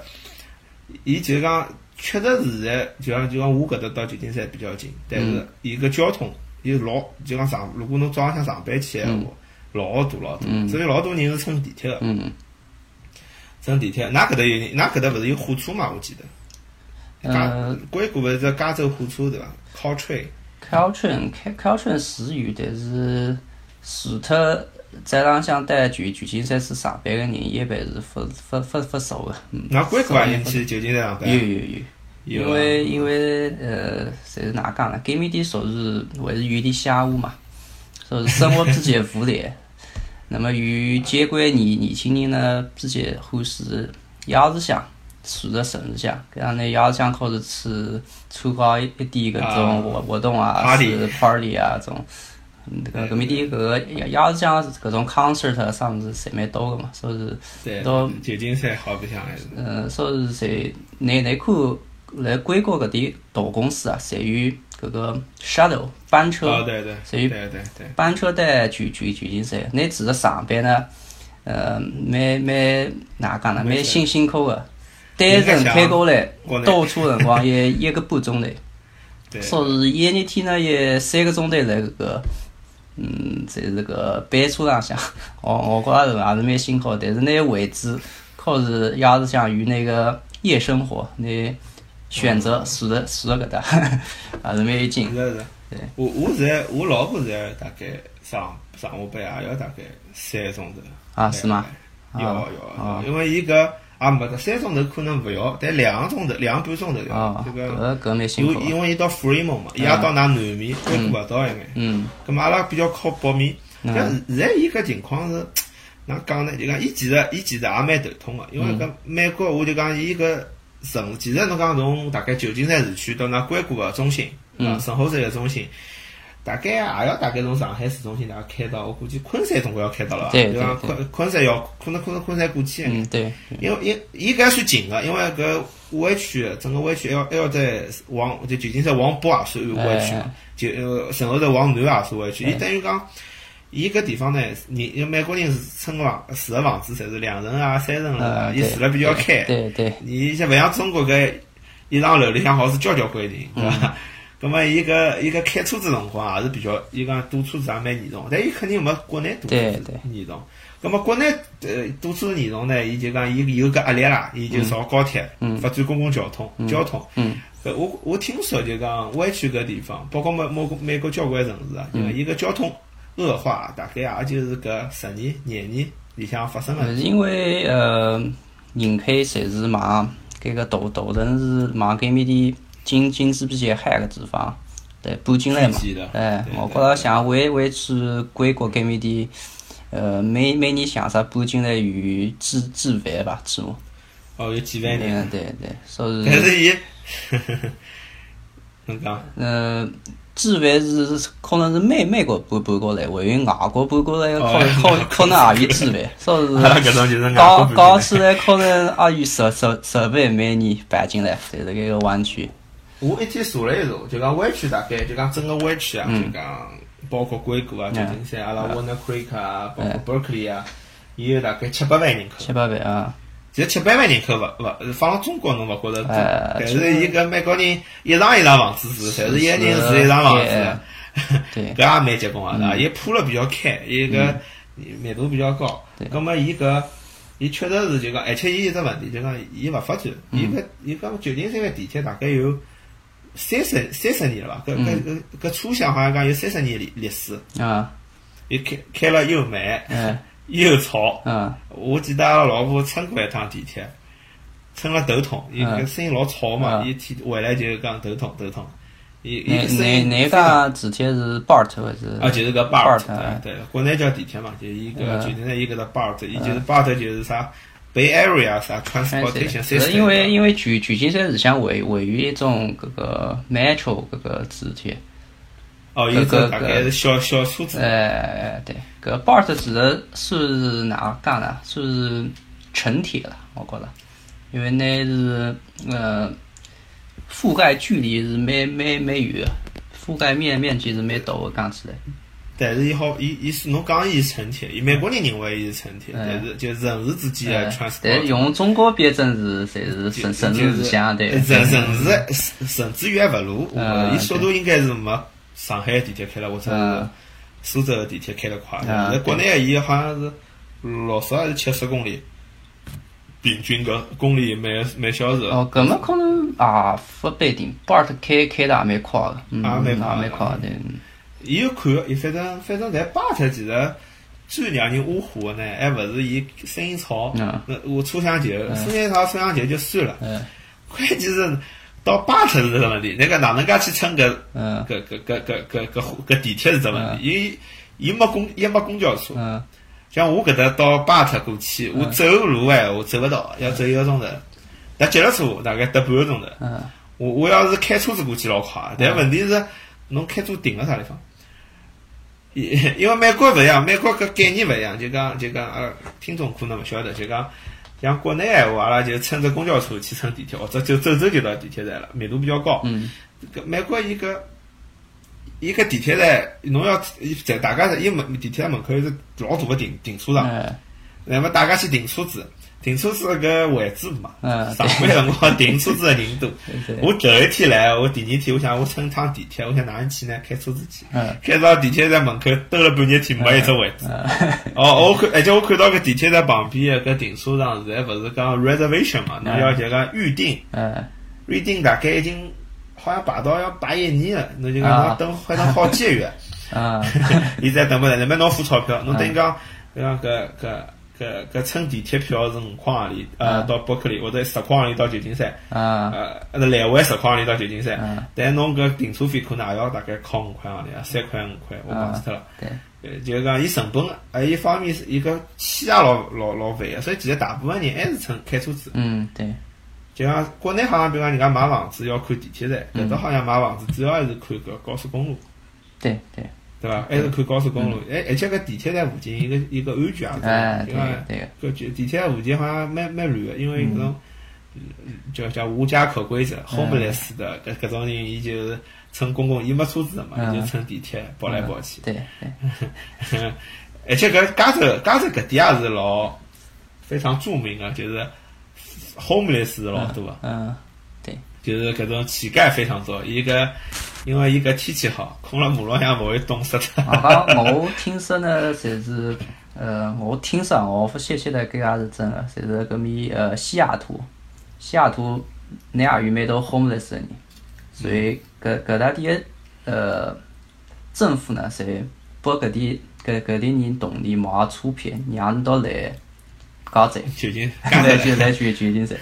Speaker 1: 伊就是讲，确实是现在就像就讲我搿搭到旧金山比较近，但
Speaker 2: 嗯
Speaker 1: 是伊个交通伊老就讲上，如果侬早浪向上班去闲话，老堵老堵，
Speaker 2: 嗯
Speaker 1: 所以老多人是乘地铁个，
Speaker 2: 嗯。
Speaker 1: 乘地铁。㑚搿搭有人，㑚搿搭勿是有火车嘛？我记得加
Speaker 2: 呃
Speaker 1: 硅谷勿是加州火车对伐 c o t r a i
Speaker 2: Caltrain Cal- Caltrain 是有，但是除脱在浪向待全全金山市上班个人，一般是勿勿勿勿熟个。嗯，
Speaker 1: 那硅谷啊，人
Speaker 2: 熟
Speaker 1: 去旧金山上
Speaker 2: 的有
Speaker 1: 班，
Speaker 2: 有有。
Speaker 1: 有
Speaker 2: 因
Speaker 1: 啊
Speaker 2: 为因为呃，侪是哪讲呢？给面点属是还是有点下午嘛，所以生活比较复杂。那么与接轨年年轻人呢，比较欢喜夜市巷，住在城市巷。搿样呢，夜市巷高头去参加一点搿种活活动啊，
Speaker 1: party
Speaker 2: 是 party 啊，这种。嗯，搿搿面点搿个夜夜市巷搿种 concert 啊啥物事侪蛮多个嘛，所以是
Speaker 1: 对
Speaker 2: 到，
Speaker 1: 旧嗯金山好白相还是。
Speaker 2: 呃，说是谁，你你看来硅谷搿点大公司啊，侪有搿个 shuttle 班
Speaker 1: 哦，
Speaker 2: 车，
Speaker 1: 对对，
Speaker 2: 所以
Speaker 1: 对对对，
Speaker 2: 班车带全全全金山。你只是上班呢，呃，蛮蛮哪讲呢？
Speaker 1: 蛮
Speaker 2: 蛮辛辛苦个，单程开过来
Speaker 1: 国内
Speaker 2: 倒车辰光也一个半钟头，
Speaker 1: 对，
Speaker 2: 说是一日天呢也三个钟头来搿个。嗯，在这个班车浪向， 我我觉着还是蛮辛苦的，但是那位置靠是也是想与那个夜生活，你选
Speaker 1: 哦
Speaker 2: 择住了住了搿搭， 还是蛮有劲
Speaker 1: 是。是
Speaker 2: 对。
Speaker 1: 我我现在我老婆现在大概上上下班也要大概三个钟头。
Speaker 2: 啊是吗？
Speaker 1: 要
Speaker 2: 啊
Speaker 1: 要
Speaker 2: 啊，
Speaker 1: 因为伊搿也没得三个钟头可能勿要，但两个钟头、两个半钟头要
Speaker 2: 啊，。
Speaker 1: 这个
Speaker 2: 搿搿蛮辛
Speaker 1: 因
Speaker 2: 苦啊
Speaker 1: 为
Speaker 2: 的。
Speaker 1: 因为伊到福瑞蒙嘛，伊也到㑚南面，硅谷勿到一眼。
Speaker 2: 嗯
Speaker 1: 咁阿拉比较靠北面，
Speaker 2: 嗯
Speaker 1: 但现在伊搿情况是，哪讲呢？就讲伊其实伊其实也蛮头痛个，因为
Speaker 2: 嗯
Speaker 1: 搿美国我就讲伊搿城，其实侬讲从大概旧金山市区到㑚硅谷个中心，
Speaker 2: 嗯
Speaker 1: 啊，圣何塞个中心。大概也要大概从上海市中心大概开到，我估计昆山总归要开到了吧？
Speaker 2: 对对
Speaker 1: 就讲
Speaker 2: 对
Speaker 1: 昆昆山要可能可能昆山过去一啊眼，
Speaker 2: 嗯，对，
Speaker 1: 因为伊伊搿算近个，因为搿湾区整个湾区还要还要再往就旧金山往北也算湾区
Speaker 2: 哎
Speaker 1: 嘛，就呃然后再往南也算湾区。伊等于讲，伊搿地方呢，你因为美国人撑个房住个房子侪是两层啊、三层楼啊，
Speaker 2: 呃，
Speaker 1: 伊
Speaker 2: 对
Speaker 1: 住了比较开。
Speaker 2: 对对，
Speaker 1: 你像勿像中国搿一幢楼里向好是交交关人，
Speaker 2: 嗯
Speaker 1: 对伐？葛末伊搿伊搿开车子辰光啊也是比较，伊讲堵车子也蛮严重，但伊肯定没国内堵车
Speaker 2: 对
Speaker 1: 子
Speaker 2: 对
Speaker 1: 严重。葛末国内呃堵车严重呢，伊就讲伊有搿压力啦，伊就造高铁，发展公共交通，交通。
Speaker 2: 嗯
Speaker 1: 搿我我听说就讲湾区搿地方，包括美美国美国交关城市啊，
Speaker 2: 嗯
Speaker 1: 就讲伊搿交通恶化，大概也就是搿十年、廿年里向发生
Speaker 2: 呃
Speaker 1: 个。
Speaker 2: 因为呃，人口侪是往搿个大大城市往搿面的经经济比较嗨个地方，对，搬进来嘛
Speaker 1: 聚集的。
Speaker 2: 哎
Speaker 1: 对，
Speaker 2: 我
Speaker 1: 对
Speaker 2: 觉
Speaker 1: 对
Speaker 2: 着像回回去硅谷搿面的，呃，每每年想啥搬进来有几几万吧，至少。
Speaker 1: 哦，有几万人。
Speaker 2: 嗯，对对，所以
Speaker 1: 但是伊， 侬讲
Speaker 2: 呃，至万是可能是美美国搬搬过来，还有外国搬过来，
Speaker 1: 哦
Speaker 2: 可可可能也有 至万，所以
Speaker 1: 阿拉搿种就是外国
Speaker 2: 搞
Speaker 1: 搬
Speaker 2: 搞
Speaker 1: 进
Speaker 2: 起来可能也有十十十万每年搬进来，在这个湾区。
Speaker 1: 我一天查了一查，就讲湾区大概，就讲整个湾区啊，就讲包括硅谷啊、旧
Speaker 2: 嗯
Speaker 1: 金山、阿拉 Warner Creek 啊，包括 Berkeley 啊，伊有大概七八万人口。
Speaker 2: 七八万啊，
Speaker 1: 其实七八万人口勿勿，放到中国侬勿觉着多，
Speaker 2: 哎
Speaker 1: 但
Speaker 2: 这个
Speaker 1: 是伊搿美国人一幢一幢房子住，侪是一个人住一幢房子，
Speaker 2: 对 嗯
Speaker 1: 搿也蛮结棍个，啊对伐？伊铺了比较开，伊搿密度比较高，
Speaker 2: 对
Speaker 1: 葛末伊搿伊确实是就讲，而且伊有只问题，就讲伊勿发展，
Speaker 2: 嗯
Speaker 1: 伊搿伊讲旧金山个地铁大概有三十三十年了伐？搿搿
Speaker 2: 嗯
Speaker 1: 搿搿车厢好像讲有三十年历历史，
Speaker 2: 啊，
Speaker 1: 伊开开了又慢
Speaker 2: 嗯
Speaker 1: 又吵，
Speaker 2: 嗯，
Speaker 1: 我记得阿拉老婆乘过一趟地铁，乘了头痛，伊搿
Speaker 2: 嗯
Speaker 1: 声音老吵嘛，
Speaker 2: 嗯
Speaker 1: 伊天回来就是讲头痛头痛，伊伊
Speaker 2: 哪
Speaker 1: 个声
Speaker 2: 哪
Speaker 1: 音
Speaker 2: 哪家地铁是 BART 还是？
Speaker 1: 啊就是个 BART，
Speaker 2: BART，
Speaker 1: 对对，国内叫地铁嘛，就是伊个
Speaker 2: 嗯
Speaker 1: 就现在伊搿个 BART，伊就是 BART 就是啥 Bay Area 啥 transportation
Speaker 2: 是
Speaker 1: system，
Speaker 2: 因为
Speaker 1: 为
Speaker 2: 因为旧旧金山是想位位于一种搿个 metro 搿个地铁，
Speaker 1: 哦，伊个
Speaker 2: 搿个
Speaker 1: 大概是小小车子，
Speaker 2: 哎对，搿 BART 其实算是哪讲呢？算是城铁了，我觉着，因为那是呃覆盖距离是蛮蛮蛮远的，覆盖面面积是蛮大的，讲起来。
Speaker 1: 但是伊好伊伊是侬讲伊是城铁，伊美国人认为伊是城铁，
Speaker 2: 嗯
Speaker 1: 但是就是城市之间
Speaker 2: 哎
Speaker 1: 的 transport，
Speaker 2: 但是用中国标准是侪是省省
Speaker 1: 就
Speaker 2: 市
Speaker 1: 是
Speaker 2: 里向对。
Speaker 1: 甚甚至甚甚至于还勿如，我觉着
Speaker 2: 嗯
Speaker 1: 伊速度应该是没上海地铁开了，或者是
Speaker 2: 嗯
Speaker 1: 苏州的地铁开得快。
Speaker 2: 嗯
Speaker 1: 现在国内伊好像是六十还是七十公里平均搿公里每每小时。
Speaker 2: 哦，搿么可能啊也勿必定，Bart 开开得也蛮快个，嗯，
Speaker 1: 也啊蛮
Speaker 2: 也
Speaker 1: 快
Speaker 2: 蛮快的，对。
Speaker 1: 伊有看个，伊反正反正在巴特其实最让人窝火个呢，还勿是伊声音吵，
Speaker 2: 嗯
Speaker 1: 那我车厢前，声音吵车厢前就算了，
Speaker 2: 嗯
Speaker 1: 关键是到巴特是只问题，那个哪能介去乘搿
Speaker 2: 嗯
Speaker 1: 搿搿搿搿搿搿搿地铁是只问题，伊伊没公伊没公交车，
Speaker 2: 嗯，
Speaker 1: 像我搿搭到巴特过去，我走路哎，我走勿到，要走一个钟头，搭脚踏车大概搭半个钟头。
Speaker 2: 嗯
Speaker 1: 我我要是开车子过去老快，但问题是，侬开车停了啥地方？因因为美国勿一样，美国搿概念勿一样，就讲就讲呃，听众可能勿晓得，就讲像国内闲话，阿拉就乘着公交车去乘地铁，或者就走走就到地铁站了，密度比较高。
Speaker 2: 嗯，
Speaker 1: 搿美国伊搿伊搿地铁站，侬要伊在大家在伊门地铁门口有只老大个停停车场，
Speaker 2: 嗯
Speaker 1: 那么大家去停车子，停车子搿位置嘛，
Speaker 2: 嗯
Speaker 1: 上班辰光停车子的人多。
Speaker 2: 对
Speaker 1: 我头一天来，我第二天我想我乘趟地铁，我想哪能去呢？开车子去。
Speaker 2: 嗯
Speaker 1: 开到地铁站门口兜了半日天，没一只位置。
Speaker 2: 嗯
Speaker 1: 哦，我看，而且我看到搿地铁站旁边的搿停车场，现在勿是讲 reservation 嘛，侬
Speaker 2: 嗯
Speaker 1: 要就讲预定，
Speaker 2: 嗯
Speaker 1: 预定大概已经好像排到要排一年了，侬就讲
Speaker 2: 啊
Speaker 1: 侬等还等好几个月。
Speaker 2: 嗯，
Speaker 1: 现在等不来，那么侬付钞票，侬等于讲，就讲搿搿搿搿乘地铁票是五块行钿，呃，
Speaker 2: 嗯
Speaker 1: 到伯克利或者十块行钿到旧金山，
Speaker 2: 嗯
Speaker 1: 呃，来回十块行钿到旧金山
Speaker 2: 嗯，
Speaker 1: 但侬搿停车费可能也要大概靠五块行钿啊，三块五块，我忘记脱了。
Speaker 2: 对，
Speaker 1: 呃，就是讲伊成本，还有一方面是伊搿气也老老老烦个，所以其实大部分人还是乘开车子。
Speaker 2: 嗯对，
Speaker 1: 就像国内好像，比如讲人家买房子要看地铁站，搿搭好像买房子主要还是看搿高速公路。
Speaker 2: 对对，嗯
Speaker 1: 对哎伐？还是看高速公路，哎而而且搿地铁站附近一个一个安全啊，
Speaker 2: 哎
Speaker 1: 对
Speaker 2: 对
Speaker 1: 伐？
Speaker 2: 对个，
Speaker 1: 搿地地铁站附近好像蛮蛮乱个，因为搿种
Speaker 2: 嗯
Speaker 1: 呃叫叫无家可归者、homeless 的搿搿种人，伊就是乘公共，伊没车子的嘛，
Speaker 2: 嗯
Speaker 1: 伊就乘地铁跑来跑去。
Speaker 2: 对对，
Speaker 1: 而且搿加州加州搿点也是老非常著名个，就是 homeless 是老 多个，
Speaker 2: 嗯
Speaker 1: 就是搿种乞丐非常多。伊搿因为伊�搿天气好，困辣马路上勿会冻死脱。
Speaker 2: 啊，好我听说呢，就是呃，我听说我不晓晓得搿个也是真的，就是搿面呃西雅图，西雅图那也有蛮多 homeless 的人，所以搿搿搭点的呃政府呢，侪拨搿点搿搿点人动力买车票，让侬到来加州，
Speaker 1: 究竟加州
Speaker 2: 来去来去决定噻，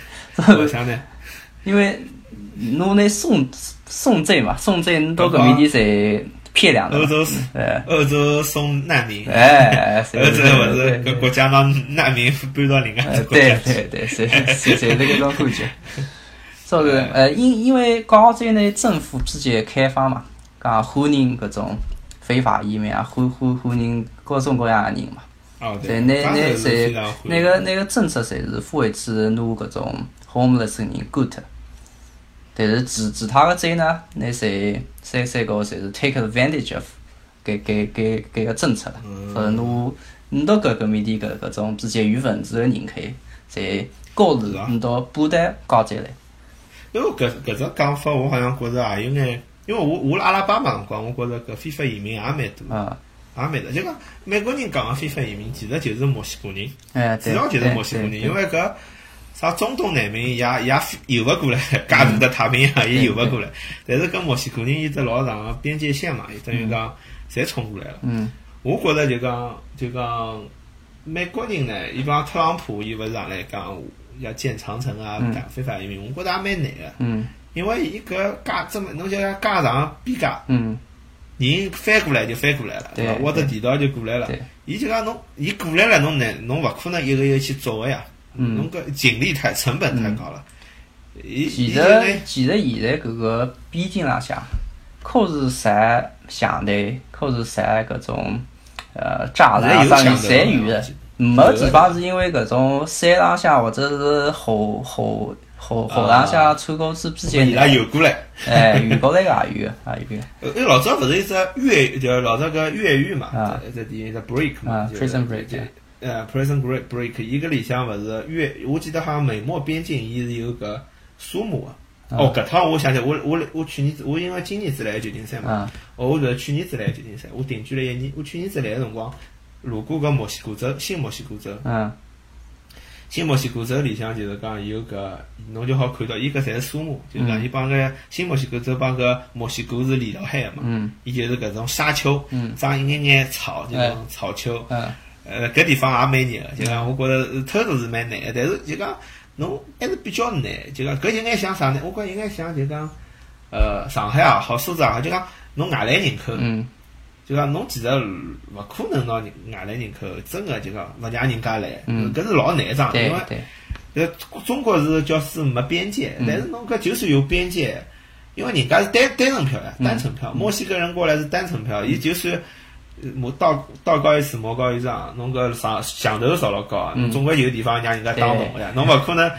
Speaker 1: 为啥 呢？
Speaker 2: 因为侬那送送罪嘛，送罪侬到搿面点侪漂亮的
Speaker 1: 欧
Speaker 2: 嘛，
Speaker 1: 洲是
Speaker 2: 哎。
Speaker 1: 欧洲送难民，欧
Speaker 2: 哎，
Speaker 1: 洲
Speaker 2: 所以
Speaker 1: 勿是
Speaker 2: 对
Speaker 1: 搿国家让难民搬到另外一
Speaker 2: 呃
Speaker 1: 个，国
Speaker 2: 对
Speaker 1: 家
Speaker 2: 对
Speaker 1: 去。
Speaker 2: 对，是是是那个种感觉。所以
Speaker 1: 哎
Speaker 2: 呃，因因为高州呢政府直接开放嘛，啊讲欢迎搿种非法移民啊，欢欢欢迎各种各样的人嘛。
Speaker 1: 哦对，
Speaker 2: 对，那
Speaker 1: 加州
Speaker 2: 那
Speaker 1: 是非
Speaker 2: 谁
Speaker 1: 常欢
Speaker 2: 那
Speaker 1: 迎
Speaker 2: 个那个政策侪是负为子拿搿种 homeless 人 good，但是其其他个州呢，那侪侪侪个侪是 take advantage of 搿搿搿搿个政策了，
Speaker 1: 嗯
Speaker 2: 或者侬侬到搿搿面点搿搿种之前有文字个人口，侪高头
Speaker 1: 是啊
Speaker 2: 侬到搬到高州来，
Speaker 1: 因为搿搿只讲法，我好像觉着也啊有眼，因为我我辣阿拉巴马辰光，我觉着搿非法移民也蛮多，
Speaker 2: 啊，
Speaker 1: 也蛮多。就讲美国人讲个非法移民，其实就是墨西哥人，
Speaker 2: 哎，
Speaker 1: 主
Speaker 2: 对，
Speaker 1: 要就是
Speaker 2: 对
Speaker 1: 墨西哥人，
Speaker 2: 对对
Speaker 1: 因为搿。啥中东难民也也游勿过来， 加入的太平洋啊也游勿
Speaker 2: 嗯
Speaker 1: 过来。但是跟墨西哥人有只老长个边界线嘛，也等于讲侪冲过来了。
Speaker 2: 嗯
Speaker 1: 我觉着就讲就讲美国人呢，伊帮特朗普伊勿是上来讲要建长城啊，
Speaker 2: 嗯
Speaker 1: 打非法移民，我觉着也蛮难个，
Speaker 2: 嗯
Speaker 1: 因为伊搿加这么侬就讲加长边界，
Speaker 2: 嗯，
Speaker 1: 人翻过来就翻过来了，
Speaker 2: 对
Speaker 1: 伐？挖着地道就过来了
Speaker 2: 对。
Speaker 1: 伊就讲侬，伊过来了，侬难，侬勿可能一个一个去做个呀，
Speaker 2: 嗯
Speaker 1: 侬搿警力太成本太高了。伊
Speaker 2: 其
Speaker 1: 伊
Speaker 2: 实
Speaker 1: 就拿
Speaker 2: 其实现在搿个边境浪向，可是啥巷队，可是啥搿种呃栅栏啊啥物事侪有的。没地方是因为搿种山浪向或者是河河河河浪向穿过去之
Speaker 1: 伊拉
Speaker 2: 前，
Speaker 1: 游过来。
Speaker 2: 哎，遇高头个也有个，也有个，
Speaker 1: 呃，因为老早勿是一只越就老早搿越狱嘛
Speaker 2: 啊，
Speaker 1: 一只电影一只 break 嘛
Speaker 2: 啊
Speaker 1: 就是
Speaker 2: prison break，
Speaker 1: 就呃，prison break break，伊搿里向勿是越，我记得好像美墨边境伊是有搿苏姆
Speaker 2: 啊
Speaker 1: 个。哦，搿趟我想起来，我我我去年子，我因为今年子来旧金山嘛，
Speaker 2: 啊
Speaker 1: 哦，我是去年子来旧金山，我定居了一年。我去年子来个辰光，路过搿墨西哥州，新墨西哥州，
Speaker 2: 嗯
Speaker 1: 新墨西哥州里向就是讲有搿，侬就好看到伊搿侪是沙漠，就是讲伊帮搿新墨西哥州帮搿墨西哥是连到海个嘛，
Speaker 2: 嗯
Speaker 1: 伊就是搿种沙丘，长一眼眼草，就
Speaker 2: 哎
Speaker 1: 种草丘，
Speaker 2: 嗯
Speaker 1: 呃，搿地方也蛮热个，就讲我觉着是偷渡是蛮难个，但是就讲侬还是比较难，就讲搿有眼像啥呢？我觉有眼像就讲，呃，上海也好，苏州也好，就讲侬外来人口，
Speaker 2: 嗯
Speaker 1: 就讲侬其实勿可能拿人外来人口真个就讲勿让人家来，
Speaker 2: 嗯
Speaker 1: 搿是老难桩，因
Speaker 2: 对
Speaker 1: 为
Speaker 2: 对，
Speaker 1: 呃，中国是叫是没边界，
Speaker 2: 嗯
Speaker 1: 但是侬搿就算有边界，因为人家是单单程票呀，
Speaker 2: 嗯
Speaker 1: 单程票，墨西哥人过来是单程票，伊就算呃魔道道高一尺，魔高一丈，侬搿上墙头朝老高，
Speaker 2: 嗯
Speaker 1: 侬总归有地方让人家当
Speaker 2: 对
Speaker 1: 侬个呀，侬勿可 能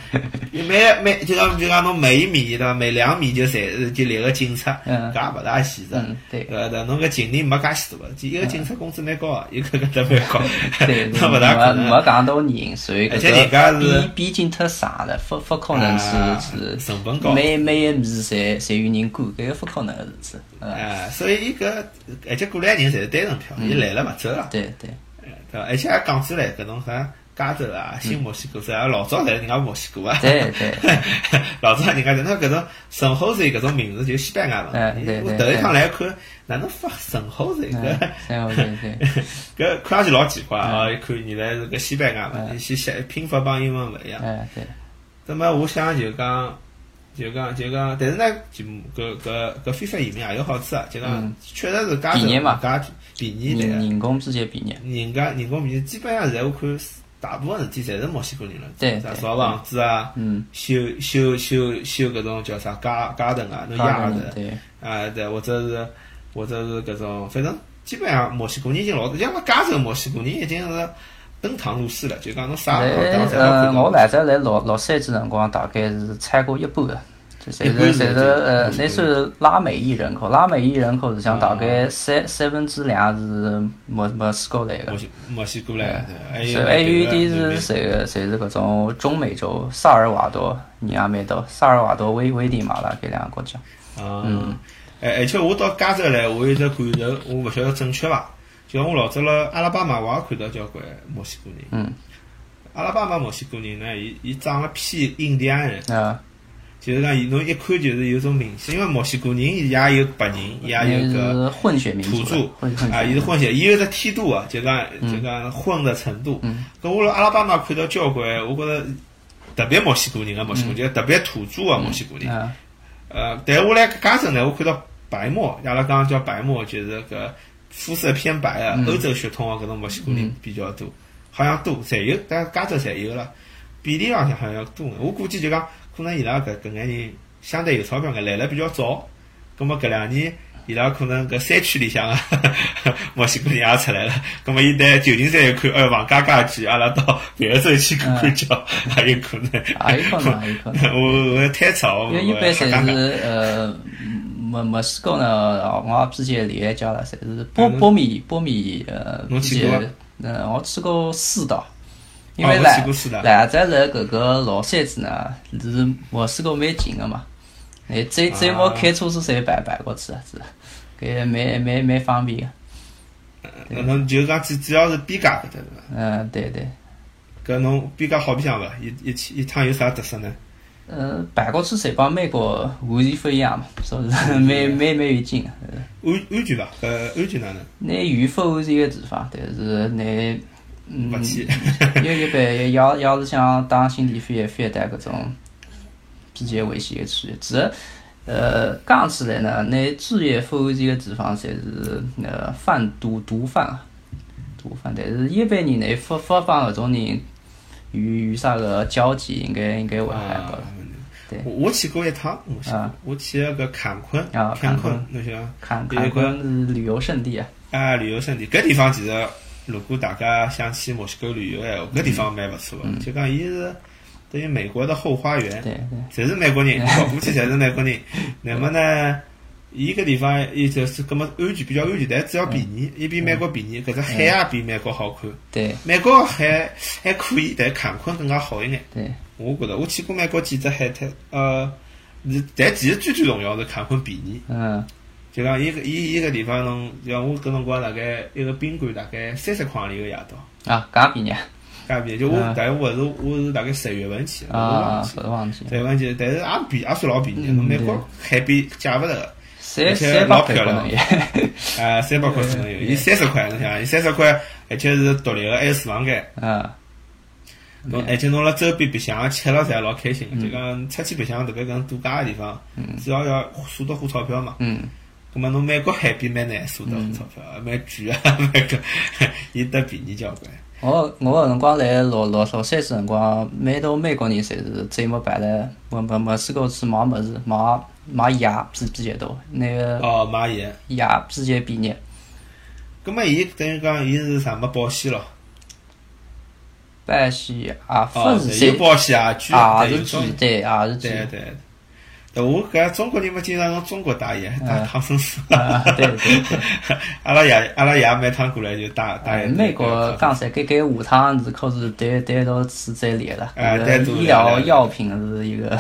Speaker 1: 每每就讲就讲侬每一米对伐，每两米就侪就来个警察，
Speaker 2: 嗯
Speaker 1: 搿也勿大现实。
Speaker 2: 嗯对。
Speaker 1: 呃，对侬搿警力没介许多，一个警察工资蛮高啊，一个搿搭蛮高，
Speaker 2: 对，
Speaker 1: 那勿大可
Speaker 2: 没
Speaker 1: 能啊。
Speaker 2: 没讲到人，所以
Speaker 1: 而且人家
Speaker 2: 搿
Speaker 1: 是
Speaker 2: 个边边境忒傻了，不不可能
Speaker 1: 啊
Speaker 2: 是是
Speaker 1: 成本高
Speaker 2: 每每一面侪侪有人管，搿个不可能个事体。嗯，
Speaker 1: 哎，所以伊搿而且过来人侪是单程票，伊来了勿走了，
Speaker 2: 对对，
Speaker 1: 对伐？而且也讲出来搿种啥加州啊、新墨西哥州啊，老早侪是人家墨西哥啊，
Speaker 2: 对对，
Speaker 1: 老早人家就那搿种圣后水搿种名字就西班牙
Speaker 2: 哎对
Speaker 1: 文，我
Speaker 2: 对
Speaker 1: 头一
Speaker 2: 对
Speaker 1: 趟来看，哪能发圣后水
Speaker 2: 嗯
Speaker 1: 搿？
Speaker 2: 对对对，
Speaker 1: 搿看上去老奇怪
Speaker 2: 哎
Speaker 1: 啊！一看原来是个西班牙文，西西拼法帮英文勿一样。
Speaker 2: 哎 对，
Speaker 1: 那么我想就讲，就讲就讲，但是呢，就搿搿搿非法移民也有好处啊，就讲
Speaker 2: 嗯
Speaker 1: 确实是加州
Speaker 2: 便宜嘛
Speaker 1: 加便宜对
Speaker 2: 人
Speaker 1: 个。
Speaker 2: 人工直接毕业，
Speaker 1: 人家人工便宜，基本上现在我看大部分事体侪是墨西哥人了，
Speaker 2: 对
Speaker 1: 啥
Speaker 2: 对
Speaker 1: 造房子啊，
Speaker 2: 嗯，
Speaker 1: 修修修修搿种叫啥家家庭啊，侬
Speaker 2: 高
Speaker 1: 鸭
Speaker 2: 人
Speaker 1: 子
Speaker 2: 对，
Speaker 1: 啊，对，或者是或者是搿种，反正基本上墨西哥人已经老多，像我加州墨西哥人已经是登堂入室了，就讲侬啥学堂侪要
Speaker 2: 呃，
Speaker 1: 看到
Speaker 2: 我。来这来洛洛杉矶辰光，大概是超过一半的。这侪
Speaker 1: 一半
Speaker 2: 是
Speaker 1: 是
Speaker 2: 侪是
Speaker 1: 这样
Speaker 2: 呃，
Speaker 1: 嗯
Speaker 2: 那算是拉美裔人口，拉美裔人口里向大概
Speaker 1: 啊
Speaker 2: 三三分之两是墨墨西哥来的
Speaker 1: 墨。西墨西哥来，对
Speaker 2: 是，还
Speaker 1: 还
Speaker 2: 有
Speaker 1: 有
Speaker 2: 一
Speaker 1: 那
Speaker 2: 点
Speaker 1: 哎个
Speaker 2: 是谁个谁是搿种中美洲萨尔瓦多、尼亚美多、萨尔瓦多、危危地马拉搿两个国家。
Speaker 1: 嗯，哎，而且我到加州来，我有只感受，我勿晓得正确伐？就像我老早辣阿拉巴马，我也看到交关墨西哥人。
Speaker 2: 嗯，
Speaker 1: 阿拉巴马墨西哥人呢，伊伊长了偏印第安人，
Speaker 2: 啊，
Speaker 1: 就是讲伊侬一看就是有种明显，因为墨西哥人伊也有白人，伊也有
Speaker 2: 因
Speaker 1: 搿
Speaker 2: 为是混血民
Speaker 1: 土
Speaker 2: 族
Speaker 1: 著
Speaker 2: 的，混混
Speaker 1: 啊，伊
Speaker 2: 血。
Speaker 1: 是混血，伊有只梯度啊，就讲就讲混的程度。
Speaker 2: 嗯
Speaker 1: 搿我辣阿拉巴马看到交关，我觉着特别墨西哥人啊，墨西
Speaker 2: 嗯
Speaker 1: 哥人，就特别土著啊，墨西哥人。
Speaker 2: 啊，
Speaker 1: 呃，但我来加州呢，我看到白墨，阿拉刚刚叫白墨，就是搿肤色偏白啊，
Speaker 2: 嗯
Speaker 1: 欧洲血统啊，搿种墨西哥人
Speaker 2: 嗯
Speaker 1: 比较多，好像多，侪有，但加州侪有了，比例浪向好像要多。我估计就讲，可能伊拉搿搿眼人相对有钞票眼来了比较早，葛末搿两年。伊拉可能搿山区里向啊， 墨西哥人也出来了，葛末伊在旧金山一看，哎，房价介贵，阿拉到别个州去看
Speaker 2: 嗯
Speaker 1: 看叫， 也有可能。
Speaker 2: 也有可能，也有 可能。
Speaker 1: 我我太吵，我
Speaker 2: 因为一般
Speaker 1: 瞎讲
Speaker 2: 侪
Speaker 1: 讲
Speaker 2: 是呃，墨墨西哥呢，啊我也之前离开家了，侪是波波米波米呃，
Speaker 1: 嗯侬
Speaker 2: 之
Speaker 1: 去过
Speaker 2: 前
Speaker 1: 伐
Speaker 2: 呃，我去过四道，因
Speaker 1: 哦
Speaker 2: 为
Speaker 1: 我
Speaker 2: 来
Speaker 1: 去过四道
Speaker 2: 来在辣搿个老山子呢，是墨西哥蛮近个嘛，哎，周周末
Speaker 1: 啊
Speaker 2: 开车子侪摆摆过去啊是，搿蛮蛮蛮方便个，
Speaker 1: 那侬就讲主主要是边界搿搭是伐？
Speaker 2: 嗯，对对，
Speaker 1: 搿侬边界好白相伐？一一去一趟有啥特色呢？
Speaker 2: 呃，摆过去侪帮美国完全勿一样嘛，所以是 蛮蛮蛮有劲个。呃
Speaker 1: 安安全伐？搿安全哪能？
Speaker 2: 拿渔夫是一个地方，但是拿嗯，
Speaker 1: 勿去
Speaker 2: 有一般要要是想当心理飞飞带搿种比较危险的区域，只是呃讲起来呢，拿专业服务这个地方侪是呃贩毒毒贩啊，毒贩，但是一般人呢，发发放搿种人与与啥个交际，应该应该会还好。
Speaker 1: 啊
Speaker 2: 嗯对
Speaker 1: 我我去过一趟，我去
Speaker 2: 啊
Speaker 1: 我去了搿坎昆，
Speaker 2: 啊
Speaker 1: 坎
Speaker 2: 坎
Speaker 1: 昆
Speaker 2: 昆，
Speaker 1: 侬想
Speaker 2: 看
Speaker 1: 有一
Speaker 2: 看
Speaker 1: 个
Speaker 2: 关是旅游胜地啊，
Speaker 1: 啊旅游胜地搿地方其实，如果大家想去墨西哥旅游闲话，搿地方蛮勿错个，
Speaker 2: 嗯
Speaker 1: 就讲伊是等于美国的后花园。
Speaker 2: 对对。
Speaker 1: 侪是美国人，
Speaker 2: 哎
Speaker 1: 跑过去侪是美国人。那么呢，伊搿地方伊就是搿么安全比较安全，但主要便宜，
Speaker 2: 嗯
Speaker 1: 伊比美国便宜，搿只海也比美国好看。
Speaker 2: 对
Speaker 1: 美国海还可以，但坎昆更加好一眼。
Speaker 2: 对，
Speaker 1: 我觉得我去过美国几只海滩，呃，是但其实最最重要是坎昆便宜。
Speaker 2: 嗯，
Speaker 1: 就讲伊搿伊伊搿地方侬，就像我搿辰光大概一个宾馆大概三十块钿一个夜到，
Speaker 2: 啊，搿也便宜啊，
Speaker 1: 介别，就我，但我是我是大概十月份去的，我
Speaker 2: 啊
Speaker 1: 忘，记
Speaker 2: 勿是忘记
Speaker 1: 十，月份去，但是也便也算老便宜的，
Speaker 2: 嗯
Speaker 1: 侬美
Speaker 2: 对
Speaker 1: 国海边借勿着个。而
Speaker 2: 三
Speaker 1: 且
Speaker 2: 三
Speaker 1: 老
Speaker 2: 百块
Speaker 1: 漂
Speaker 2: 可
Speaker 1: 亮
Speaker 2: 能也，
Speaker 1: 啊，三百块可能有，伊三十块，侬想，伊三十块，而且是独立个，还有厨房间，
Speaker 2: 啊，嗯
Speaker 1: 侬而且侬辣周边白相吃了侪老开心个，就讲出去白相，特别搿种度假个地方，主要要舍得花钞票嘛。
Speaker 2: 嗯，
Speaker 1: 葛末侬美国海边蛮难舍得花钞票，蛮贵啊， 蛮搿，伊得便宜交关。
Speaker 2: 我我搿辰光来老老老三子辰光，蛮多美国人侪是周末摆来，没没没事高去买物事，买买鞋比比较多，那个
Speaker 1: 哦，买盐，
Speaker 2: 鞋比较便宜。
Speaker 1: 葛末伊等于讲伊是啥么保险咯？
Speaker 2: 拜西啊，
Speaker 1: 哦，
Speaker 2: 不是
Speaker 1: 有保险啊，居
Speaker 2: 啊，
Speaker 1: 对
Speaker 2: 是
Speaker 1: 有种
Speaker 2: 几对啊，是几
Speaker 1: 对对。对，我搿中国人嘛，经常用中国打野打
Speaker 2: 嗯
Speaker 1: 唐僧师。
Speaker 2: 啊对对对
Speaker 1: 阿拉爷阿拉爷每趟过来就
Speaker 2: 哎
Speaker 1: 打打野。
Speaker 2: 美国讲实，搿搿下趟是可是单单独去再列了。
Speaker 1: 哎
Speaker 2: 搿
Speaker 1: 单
Speaker 2: 个
Speaker 1: 独
Speaker 2: 医
Speaker 1: 聊
Speaker 2: 疗
Speaker 1: 聊
Speaker 2: 药品是一个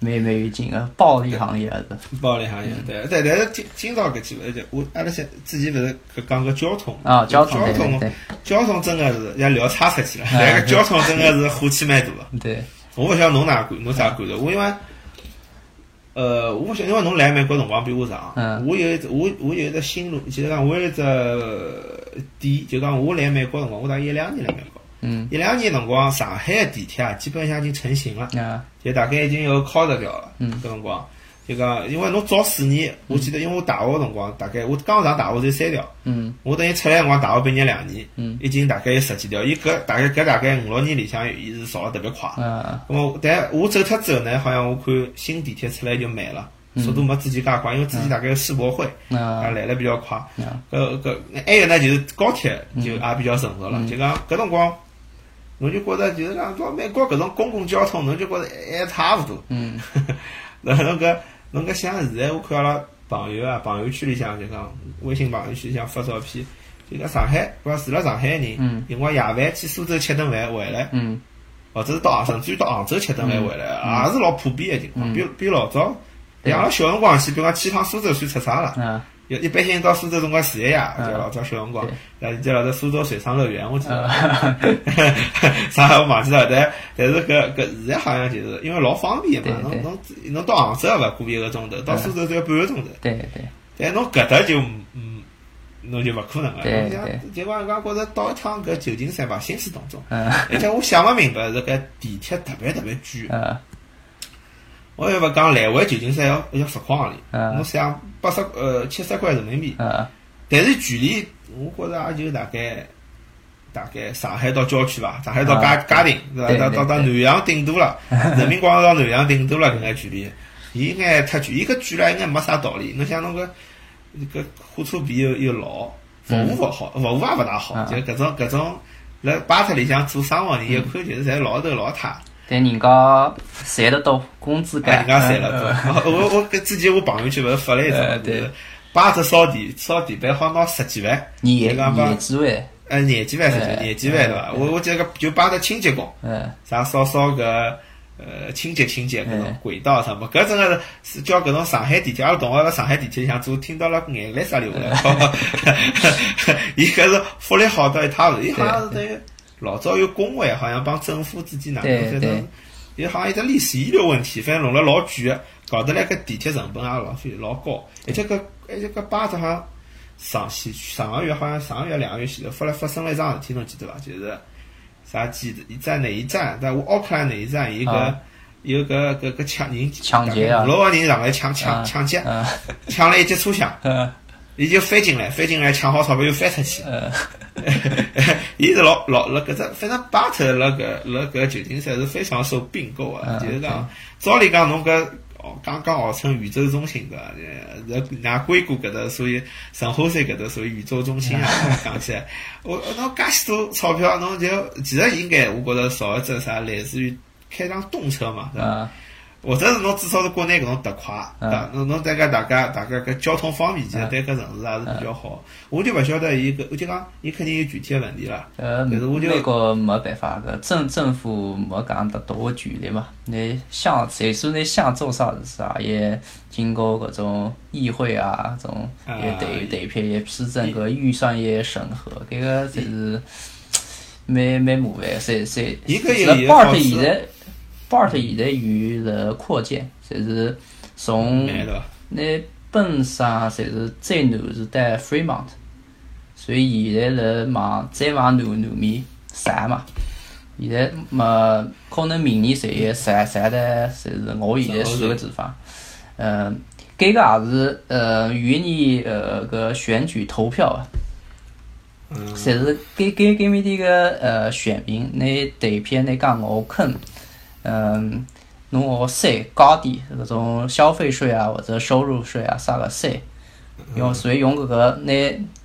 Speaker 2: 蛮蛮有劲个暴利行业还是。
Speaker 1: 包里
Speaker 2: 嗯
Speaker 1: 向有对对，但是今今朝搿几个就我阿拉现之前勿是搿讲个交通
Speaker 2: 啊，交通
Speaker 1: 交
Speaker 2: 对对
Speaker 1: 通
Speaker 2: 对
Speaker 1: 交通真个是要聊岔出去了，
Speaker 2: 哎
Speaker 1: 但个交通真个是火气蛮大个。
Speaker 2: 对，
Speaker 1: 我勿晓得侬哪感侬啥感受，我因为。呃，我勿晓得，因为侬来美国辰光比我长，
Speaker 2: 嗯
Speaker 1: 我有一只我我有一只心路，就是讲我有一只点，就讲我来美国辰光，我大概一两年来美国，
Speaker 2: 嗯
Speaker 1: 一两年辰光上海的地铁啊，基本上已经成型了，
Speaker 2: 啊
Speaker 1: 就大概已经有敲着掉了。
Speaker 2: 嗯
Speaker 1: 搿辰光就讲，因为侬早四年，我记得，因为我大学的辰光，大概我刚上大学就三条，
Speaker 2: 嗯
Speaker 1: 我等于出来的辰光大学毕业两年，
Speaker 2: 嗯
Speaker 1: 已经大概有十几条。伊搿大概搿大概五六年里向，伊是造得特别快。
Speaker 2: 啊
Speaker 1: 那么，哦但我走脱之后呢，好像我看新地铁出来就慢了，速度没之前介快，因为
Speaker 2: 嗯
Speaker 1: 之前大概有世博会，啊
Speaker 2: 啊
Speaker 1: 来了比较快。
Speaker 2: 啊
Speaker 1: 搿搿还有呢，就是高铁就也比较成熟了，
Speaker 2: 嗯
Speaker 1: 就讲搿辰光，侬就觉着就是讲到美国搿种公共交通，侬就觉着还差勿多。
Speaker 2: 嗯
Speaker 1: 然后侬搿侬搿像现在我看阿拉朋友啊，朋友圈里向就讲微信朋友圈里向发照片，就讲上海，我讲住辣上海的人
Speaker 2: 嗯，
Speaker 1: 辰光夜饭去苏州吃顿饭回来，
Speaker 2: 嗯
Speaker 1: 或哦者是到杭甚至于到杭州吃顿饭回来，啊也是老普遍的情况，
Speaker 2: 嗯
Speaker 1: 比比老早。
Speaker 2: 对
Speaker 1: 像阿拉小辰光去，比如讲去趟苏州算出啥了？
Speaker 2: 啊
Speaker 1: 一一般性到苏州辰光住一夜，就
Speaker 2: 嗯
Speaker 1: 老早小辰光
Speaker 2: 对，
Speaker 1: 然后就老早苏州水上乐园，我记得，
Speaker 2: 啊
Speaker 1: 啥我忘记了，但但是搿搿现在好像就是因为老方便嘛，
Speaker 2: 对
Speaker 1: 侬
Speaker 2: 对嗯
Speaker 1: 侬侬到杭州也勿过一个钟头，到苏州只要半个钟头，
Speaker 2: 对对
Speaker 1: 但侬搿搭就嗯，侬就勿可能了。
Speaker 2: 对
Speaker 1: 侬像
Speaker 2: 对
Speaker 1: 结果我觉着到一趟搿旧金山吧，兴师动众，
Speaker 2: 啊
Speaker 1: 而且我想勿明白是搿地铁特别特别贵，
Speaker 2: 啊
Speaker 1: 我要勿讲来回旧金山要要十块行钿，
Speaker 2: 嗯
Speaker 1: 侬想八十呃七十块人民币。
Speaker 2: 啊
Speaker 1: 但是距离我觉着也就大概大概上海到郊区吧，上海到嘉嘉定是吧？
Speaker 2: 啊对
Speaker 1: 到
Speaker 2: 对
Speaker 1: 到到南洋顶多 了，人民广场到南洋顶多了搿眼距离，伊应该太贵，伊搿贵了应该没啥道理。侬想侬搿搿火车皮又又老，服务勿好，服务也勿大好，
Speaker 2: 嗯啊嗯
Speaker 1: 就搿种搿种辣巴特里向做生活人，一看就是侪老头老太。
Speaker 2: 但人家赚得多，工资
Speaker 1: 哎，人
Speaker 2: 高，
Speaker 1: 家赚了
Speaker 2: 嗯
Speaker 1: 多。我我搿之前我朋友圈勿是发了一张
Speaker 2: 呃，
Speaker 1: 就
Speaker 2: 对
Speaker 1: 是巴特烧地烧地板好拿十几万，
Speaker 2: 你也
Speaker 1: 就讲帮
Speaker 2: 也几万，
Speaker 1: 哎，廿几万是
Speaker 2: 哎
Speaker 1: 就廿几万对伐？我我这个就帮着清洁工，
Speaker 2: 嗯
Speaker 1: 啥烧烧个呃清洁清洁搿种
Speaker 2: 哎
Speaker 1: 轨道啥么，搿真个是叫搿种上海地铁，阿拉同学辣上海地铁里向做，听到了眼泪啥流下来。啊
Speaker 2: 哎
Speaker 1: 伊搿是福利好到一塌糊涂，伊好像是等于老早有工会，好像帮政府之间哪能
Speaker 2: 对
Speaker 1: 反
Speaker 2: 对
Speaker 1: 正，伊好像有只历史遗留问题，反正弄了老贵个，搞得来搿地铁成本也老费老高，而且搿而且搿巴子好像。上西上个月好像上个月两个月前头，发来发生了一桩事体，侬记得伐？就是啥记得？伊在哪一站？在奥克兰哪一站？有一个
Speaker 2: 啊
Speaker 1: 有个个个抢人
Speaker 2: 抢劫啊
Speaker 1: 五六个人上来抢
Speaker 2: 啊
Speaker 1: 抢抢劫，
Speaker 2: 嗯
Speaker 1: 抢了一节车厢，
Speaker 2: 嗯
Speaker 1: 伊就翻进来，翻进来抢好钞票又翻出去。
Speaker 2: 嗯
Speaker 1: 伊是老老辣搿只，反正巴特辣搿辣搿旧金山是非常受并购啊，
Speaker 2: 嗯
Speaker 1: 就是讲，照理讲侬搿哦刚刚号称宇宙中心对伐？呃，拿硅谷搿搭属于圣何塞搿搭属于宇宙中心啊，讲起来，我我侬介许多钞票，侬就其实应该我觉着造一只啥类似于开趟动车嘛，对伐？
Speaker 2: 嗯
Speaker 1: 或者是侬至少是国内搿种特快，
Speaker 2: 嗯
Speaker 1: 大侬侬大概大家大概搿交通方面，其实
Speaker 2: 嗯
Speaker 1: 对搿城市还是比较好。我就勿晓得伊搿，我就讲伊肯定有具体个问题啦。
Speaker 2: 呃，
Speaker 1: 但是我就
Speaker 2: 美国没办法，搿政政府没讲得多距离嘛。你想，谁说你想做啥事啥，也经过搿种议会啊，搿种
Speaker 1: 啊
Speaker 2: 也得得批也批准，搿预算也审核，搿个就是蛮蛮麻烦的。侪侪，
Speaker 1: 伊搿有伊的
Speaker 2: Bart
Speaker 1: 方式
Speaker 2: 现在 Bart 现在有了扩建，侪是从
Speaker 1: 难对伐？
Speaker 2: 拿本沙侪是最南是在 Fremont，所以现在辣往再往南南面散嘛。现在嘛，可能明年十一散散的，侪是我现在住个地方。呃，搿个也是呃，去年呃搿选举投票啊，
Speaker 1: 嗯，
Speaker 2: 侪是给给给面的个呃选民，拿投票拿讲我肯，嗯，侬我税高低搿种消费税啊或者收入税啊啥个税，
Speaker 1: 嗯
Speaker 2: 用所以用搿个拿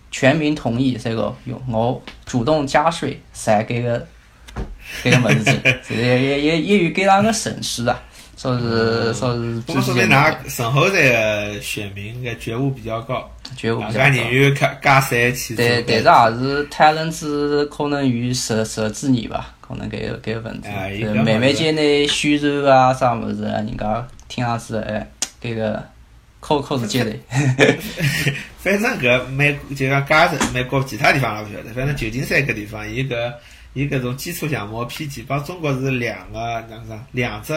Speaker 2: 全民同意这个用我主动加税才搿个搿个物 事情，这个也也也也有搿样个省市啊，说是说是
Speaker 1: 嗯不过
Speaker 2: 之
Speaker 1: 说明
Speaker 2: 间
Speaker 1: 㑚陈后台个选民应该觉悟比较高，
Speaker 2: 觉悟
Speaker 1: 大
Speaker 2: 比较
Speaker 1: 家
Speaker 2: 高
Speaker 1: 宁。愿加加税去做
Speaker 2: 但
Speaker 1: 搿
Speaker 2: 但是也是泰伦斯可能有十十几年吧，可能搿个搿个问题
Speaker 1: 哎，
Speaker 2: 就
Speaker 1: 搿物
Speaker 2: 慢慢
Speaker 1: 事
Speaker 2: 间呢宣传啊啥物事啊，人家听上去哎，搿个口口是接 的，
Speaker 1: 反正搿美就讲加州美国其他地方也勿晓得，反正旧金山搿地方，伊搿伊搿种基础项目偏见，帮中国是两个哪能讲，两只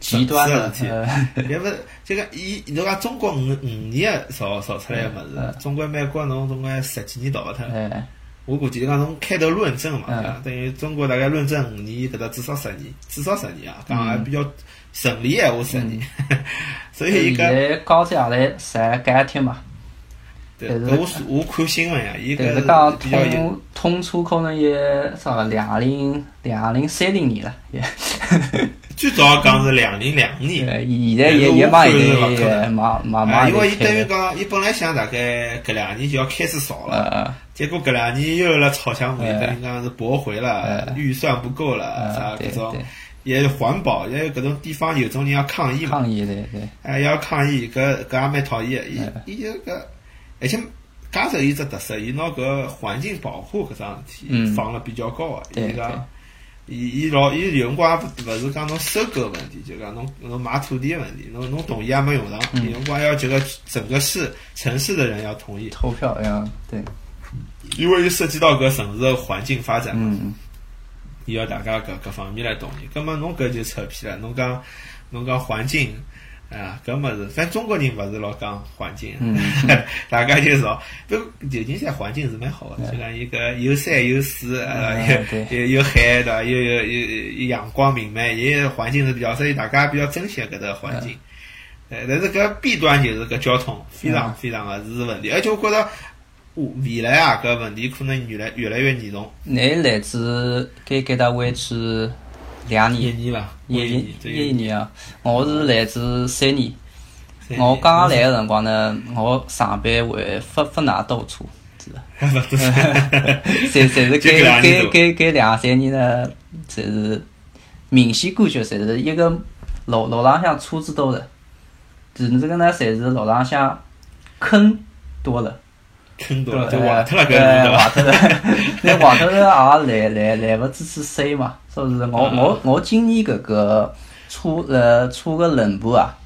Speaker 2: 极端的
Speaker 1: 层 次的事
Speaker 2: 呃
Speaker 1: 体。要勿就讲伊，侬讲中国五五年个造造出来个物事，中国美国侬总归十几年逃勿脱。
Speaker 2: 哎，
Speaker 1: 我估计就讲侬开头论证嘛，
Speaker 2: 嗯
Speaker 1: 对伐等于中国大概论证五年，搿搭至少十年，至少十年啊，讲还比较顺利闲话十年。 所以伊
Speaker 2: 现
Speaker 1: 搿
Speaker 2: 在高铁也来侪改贴嘛，
Speaker 1: 对，
Speaker 2: 但是
Speaker 1: 搿我是我看新闻呀，伊搿
Speaker 2: 但是讲
Speaker 1: 比较有。
Speaker 2: 通通车可能也啥个两零两零三零年了，也。
Speaker 1: 最早讲是两零两五年，
Speaker 2: 呃现在也也忙现在
Speaker 1: 哎
Speaker 2: 也忙忙
Speaker 1: 啊，
Speaker 2: 忙
Speaker 1: 因为伊
Speaker 2: 开
Speaker 1: 等于
Speaker 2: 了，
Speaker 1: 讲，伊本来想大概搿两年就要开始造了，
Speaker 2: 呃，
Speaker 1: 结果搿两年又辣吵相骂，
Speaker 2: 哎
Speaker 1: 等于讲是驳回了，预算不够了，啥
Speaker 2: 呃对
Speaker 1: 搿种
Speaker 2: 对，，
Speaker 1: 也是环保，因为搿种地方有种人要抗议嘛，
Speaker 2: 抗议对对。
Speaker 1: 哎要抗议，搿搿也蛮讨厌的，
Speaker 2: 哎
Speaker 1: 伊伊就搿，而且加州有一只特色，伊拿搿环境保护搿桩事体
Speaker 2: 嗯
Speaker 1: 放了比较高的，
Speaker 2: 对
Speaker 1: 伊讲。伊伊老伊有辰光也勿勿是讲侬收购问题，就讲侬侬买土地个问题，侬侬同意也没用场，
Speaker 2: 嗯
Speaker 1: 有辰光要这个整个市城市的人要同意，
Speaker 2: 投票哎呀，对，
Speaker 1: 因为涉及到搿城市的环境发展嘛，
Speaker 2: 嗯，
Speaker 1: 伊要大家搿各方面来同意。葛末侬搿就扯皮了，侬讲侬讲环境啊，搿物事，反正中国人勿是老讲环境，
Speaker 2: 嗯
Speaker 1: 大家就少。不过旧金山环境是蛮好的，就讲伊搿有山有水，啊
Speaker 2: 嗯对
Speaker 1: 有有有海对伐？有有有有阳光明媚，伊个环境是比较，所以大家比较珍惜搿搭个环境。呃，但是搿弊端就是搿交
Speaker 2: 嗯
Speaker 1: 通非常非常个是问题，而且我觉着未来啊搿问题可能越来越来越严重，
Speaker 2: 你来自该该搭湾区两
Speaker 1: 一
Speaker 2: 年，
Speaker 1: 年伐？
Speaker 2: 嗯一
Speaker 1: 年
Speaker 2: 一，
Speaker 1: 这
Speaker 2: 一
Speaker 1: 一
Speaker 2: 年啊，我是来自三年，
Speaker 1: 三
Speaker 2: 我
Speaker 1: 年
Speaker 2: 刚刚来的辰光呢，我上班会发发哪到处，
Speaker 1: 不是，
Speaker 2: 侪侪是
Speaker 1: 就搿
Speaker 2: 该
Speaker 1: 两年
Speaker 2: 该
Speaker 1: 多
Speaker 2: 该该两三年呢，侪是明显感觉，侪是一个路路浪向车子多了，只这个呢，侪是路浪向坑多了。
Speaker 1: 坑多
Speaker 2: 对
Speaker 1: 了，就挖脱了搿
Speaker 2: 哎
Speaker 1: 是
Speaker 2: 挖
Speaker 1: 伐？
Speaker 2: 脱了，那挖脱了也啊来来来勿支持塞嘛，是不是？我我我今年搿个车呃车个轮盘啊，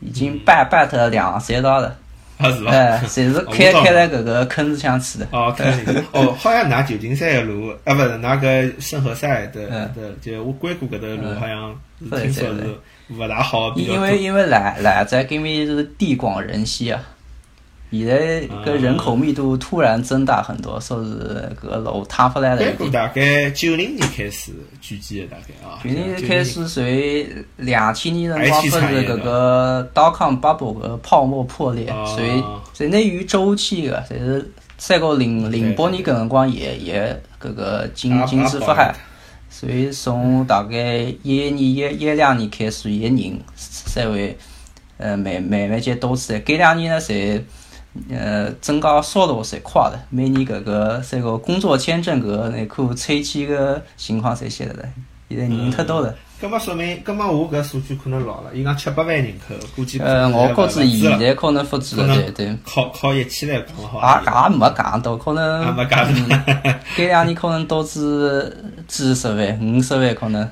Speaker 2: 已经掰掰脱了两三道了，
Speaker 1: 啊是伐？
Speaker 2: 哎，侪是
Speaker 1: 哦
Speaker 2: 开
Speaker 1: 我懂
Speaker 2: 开
Speaker 1: 了
Speaker 2: 了搿个坑子向去的。
Speaker 1: 哦，看那个 哦，好像拿旧金山的路，啊，不是拿个圣何塞的
Speaker 2: 嗯
Speaker 1: 的，就我硅谷搿头路，
Speaker 2: 嗯
Speaker 1: 好像是
Speaker 2: 对
Speaker 1: 听说
Speaker 2: 对对
Speaker 1: 是勿大好，比较
Speaker 2: 因为因为来来在搿面是地广人稀啊，现在搿人口密度突然增大很多，说是搿个楼塌下来了
Speaker 1: 硅
Speaker 2: 已
Speaker 1: 谷
Speaker 2: 经。
Speaker 1: 大概九零年开始聚集的，大概啊，
Speaker 2: 去年
Speaker 1: 90
Speaker 2: 开始随两千年辰光，不是搿
Speaker 1: IT
Speaker 2: 个 dotcom bubble 搿个泡沫破裂
Speaker 1: 哦，
Speaker 2: 随随内于周期个，侪是再过零零八年搿辰光也也搿个经
Speaker 1: 啊
Speaker 2: 经济
Speaker 1: 啊
Speaker 2: 发
Speaker 1: 好
Speaker 2: 海，所以从大概一一年一一两年开始，伊人才会呃慢慢慢间多起来，搿两年呢侪。呃，增加速度侪快了，每年搿个这个工作签证搿个内可催签个情况侪现在了，现在人太多了。
Speaker 1: 葛末说明，葛末我搿数据可能老了，伊讲七百万人口，估计
Speaker 2: 呃，我觉着现
Speaker 1: 现
Speaker 2: 在可能复制
Speaker 1: 可
Speaker 2: 了，
Speaker 1: 能
Speaker 2: 对对，也
Speaker 1: 靠靠一千来讲好，
Speaker 2: 也没讲到，可
Speaker 1: 也
Speaker 2: 能
Speaker 1: 啊没讲到。
Speaker 2: 搿两年可能到至几十万、五十万，可能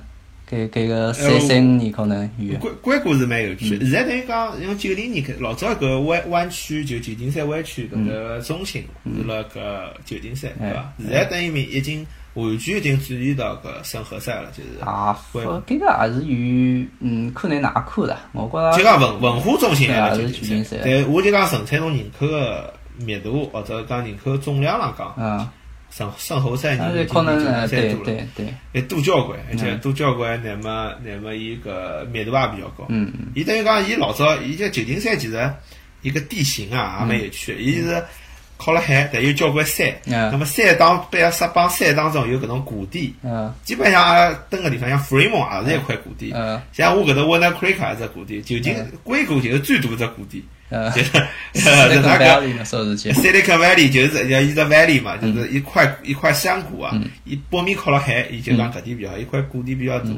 Speaker 2: 搿搿个
Speaker 1: 哎
Speaker 2: 三三五年可能有。
Speaker 1: 硅硅谷是蛮有趣的，
Speaker 2: 嗯
Speaker 1: 现在等于讲，因为九零年开老早搿湾湾区就旧
Speaker 2: 嗯哎
Speaker 1: 金山湾区搿个中心是辣搿旧金山，对伐？现在等于已经完全已经转移到搿圣何塞了，就是
Speaker 2: 啊，
Speaker 1: 会
Speaker 2: 搿个也是与嗯柯南哪科的，我觉
Speaker 1: 就
Speaker 2: 着
Speaker 1: 讲文文化中心还
Speaker 2: 对
Speaker 1: 是
Speaker 2: 啊
Speaker 1: 旧金
Speaker 2: 是旧金山
Speaker 1: 山，但我就讲纯粹从人口个密度或者讲人口的总量上讲，
Speaker 2: 嗯，
Speaker 1: 圣圣何塞
Speaker 2: 但
Speaker 1: 人
Speaker 2: 是
Speaker 1: 已经
Speaker 2: 可能
Speaker 1: 比旧
Speaker 2: 呃
Speaker 1: 金山多了，
Speaker 2: 对嗯对对，
Speaker 1: 还多交关，而且多交关，乃么乃么伊搿密度也比较高。
Speaker 2: 嗯嗯
Speaker 1: 伊等于讲，伊老早伊就旧金山其实伊个地形啊也蛮有趣的，伊是靠了海，但有交关山。那
Speaker 2: 嗯
Speaker 1: 么山当被石帮山当中有搿种谷地，
Speaker 2: 嗯
Speaker 1: 基本上阿拉蹲个地方，像弗雷蒙也是一块谷地。
Speaker 2: 嗯
Speaker 1: 像我搿搭 Warner Creek 也是只谷地，旧金
Speaker 2: 嗯
Speaker 1: 硅谷就是最大只谷地，
Speaker 2: 嗯，
Speaker 1: 就是
Speaker 2: 那
Speaker 1: 是
Speaker 2: 个
Speaker 1: 那
Speaker 2: v
Speaker 1: 个
Speaker 2: a 那时候是去，
Speaker 1: Silicon Valley 就是叫一只 Valley 嘛，
Speaker 2: 嗯
Speaker 1: 就是一块一块山谷啊，伊北面靠了海，伊就
Speaker 2: 嗯
Speaker 1: 讲搿点比较好，一块谷地比较大。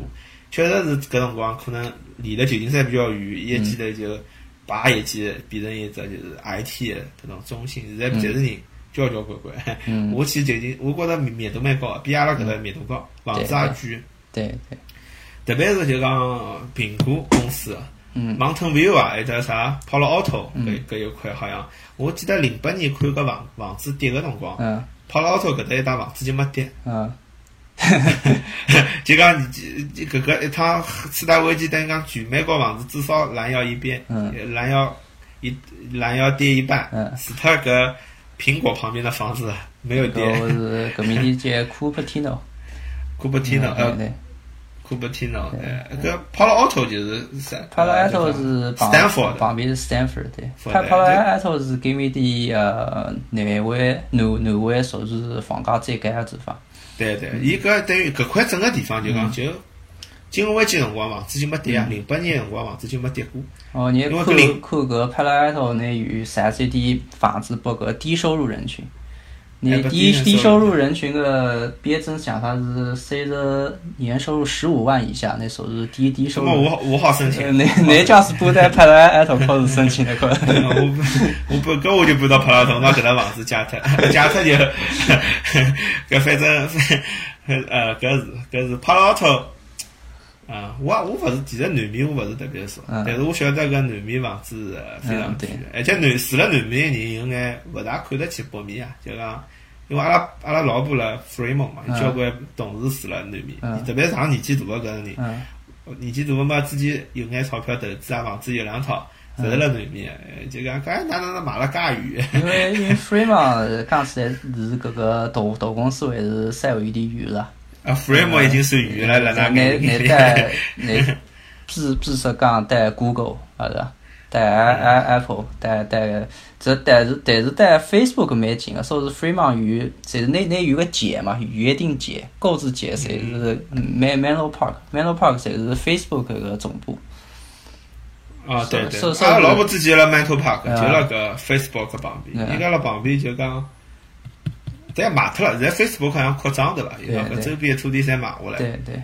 Speaker 1: 确实是搿辰光可能离了旧金山比较远，
Speaker 2: 嗯
Speaker 1: 伊一记头就把一记变成一只就是 IT 的搿种中心，现在集市人交交关关。
Speaker 2: 嗯
Speaker 1: 我去旧金，我觉着密度蛮高的，比阿拉搿搭密度高，房子也贵。
Speaker 2: 对对，
Speaker 1: 特别是就讲苹果公司啊
Speaker 2: 嗯
Speaker 1: ，Mountain View 啊，还有只啥 Palo Alto 搿
Speaker 2: 嗯
Speaker 1: 搿一块，好像我记得零八年看搿房房子跌个辰光
Speaker 2: 嗯
Speaker 1: ，Palo Alto 搿搭一带房子就没跌，
Speaker 2: 嗯
Speaker 1: 就讲你搿搿一趟次贷危机等于讲全美国房子至少拦腰一边，
Speaker 2: 嗯
Speaker 1: 拦腰一拦腰跌一半，
Speaker 2: 嗯
Speaker 1: 除脱搿苹果旁边的房子没有跌
Speaker 2: 搿嗯是搿面的叫库布 提诺，
Speaker 1: 库布提诺
Speaker 2: 嗯对
Speaker 1: 呃
Speaker 2: 对
Speaker 1: 库布提诺，呃搿 Palo Alto 就是啥
Speaker 2: ，Palo
Speaker 1: 呃就
Speaker 2: Alto
Speaker 1: 是
Speaker 2: 是旁
Speaker 1: Stanford
Speaker 2: 旁边是 Stanford 对
Speaker 1: Stanford，
Speaker 2: ，Pa-
Speaker 1: 对
Speaker 2: Palo Alto 是搿面的呃南湾南南湾属于是房价最高的地方，
Speaker 1: 对对，伊搿等于搿块整个地方就
Speaker 2: 嗯
Speaker 1: 讲就金融危机辰光房子就没跌啊，零八年辰光房子就没跌过。
Speaker 2: 哦，你
Speaker 1: 因
Speaker 2: 看
Speaker 1: 为
Speaker 2: 看
Speaker 1: 搿里
Speaker 2: 搿 Palo Alto 呢与三 C 的房子拨搿低收入人群，
Speaker 1: 哎
Speaker 2: 你
Speaker 1: 拨
Speaker 2: 低
Speaker 1: 低
Speaker 2: 低收
Speaker 1: 收入
Speaker 2: 入人群个别增想法是随着年收入十五万以下，那属于低低
Speaker 1: 什
Speaker 2: 收
Speaker 1: 么
Speaker 2: 入。
Speaker 1: 我好我好申请
Speaker 2: 呃，那那家是不在 Palo Alto 开始申请 的可能。
Speaker 1: 我不我不搿我就搬到帕拉头，拿搿搭房子借脱，借脱就 搿反正呃搿是搿是帕拉头啊，我我勿是其实南面我勿是特别熟，
Speaker 2: 嗯
Speaker 1: 但是我晓得搿南面房子呃非常
Speaker 2: 嗯对
Speaker 1: 贵，而且南住了南面的人有眼勿大看得起北面啊，就讲。因为阿拉阿拉老婆辣弗雷蒙嘛，有
Speaker 2: 嗯
Speaker 1: 交关同事住辣南面，
Speaker 2: 嗯
Speaker 1: 特别上年纪大个搿个人，
Speaker 2: 嗯
Speaker 1: 年纪大个嘛，自己有眼钞票投资啊，房子有两套，
Speaker 2: 嗯
Speaker 1: 实在辣南面，呃就讲搿哪哪能买了介远？
Speaker 2: 因为因为 Fremont 讲起来是搿个大大公司还是稍微有点远了。
Speaker 1: 啊，Frame 已经算远了，辣那
Speaker 2: 你
Speaker 1: 眼
Speaker 2: 你嗯带你至至少讲带 Google 啊是，带
Speaker 1: 嗯
Speaker 2: i i Apple，带带这但是但是带 Facebook 蛮近个，说是 Fremont 与就是那那有个节嘛，约定节、购置节，侪
Speaker 1: 嗯
Speaker 2: 是 Man Menlo Park，Menlo Park 侪是 Facebook 个总部。
Speaker 1: 啊，对对
Speaker 2: 是，是
Speaker 1: 阿拉老婆之前辣 Mental Park，
Speaker 2: 啊
Speaker 1: 就辣搿 Facebook 旁边，
Speaker 2: 嗯
Speaker 1: 伊拉辣旁边就讲，但卖脱了，现在 Facebook 好像扩张对伐？伊拉
Speaker 2: 对
Speaker 1: 搿
Speaker 2: 对
Speaker 1: 周边的土地侪买下来，
Speaker 2: 对对，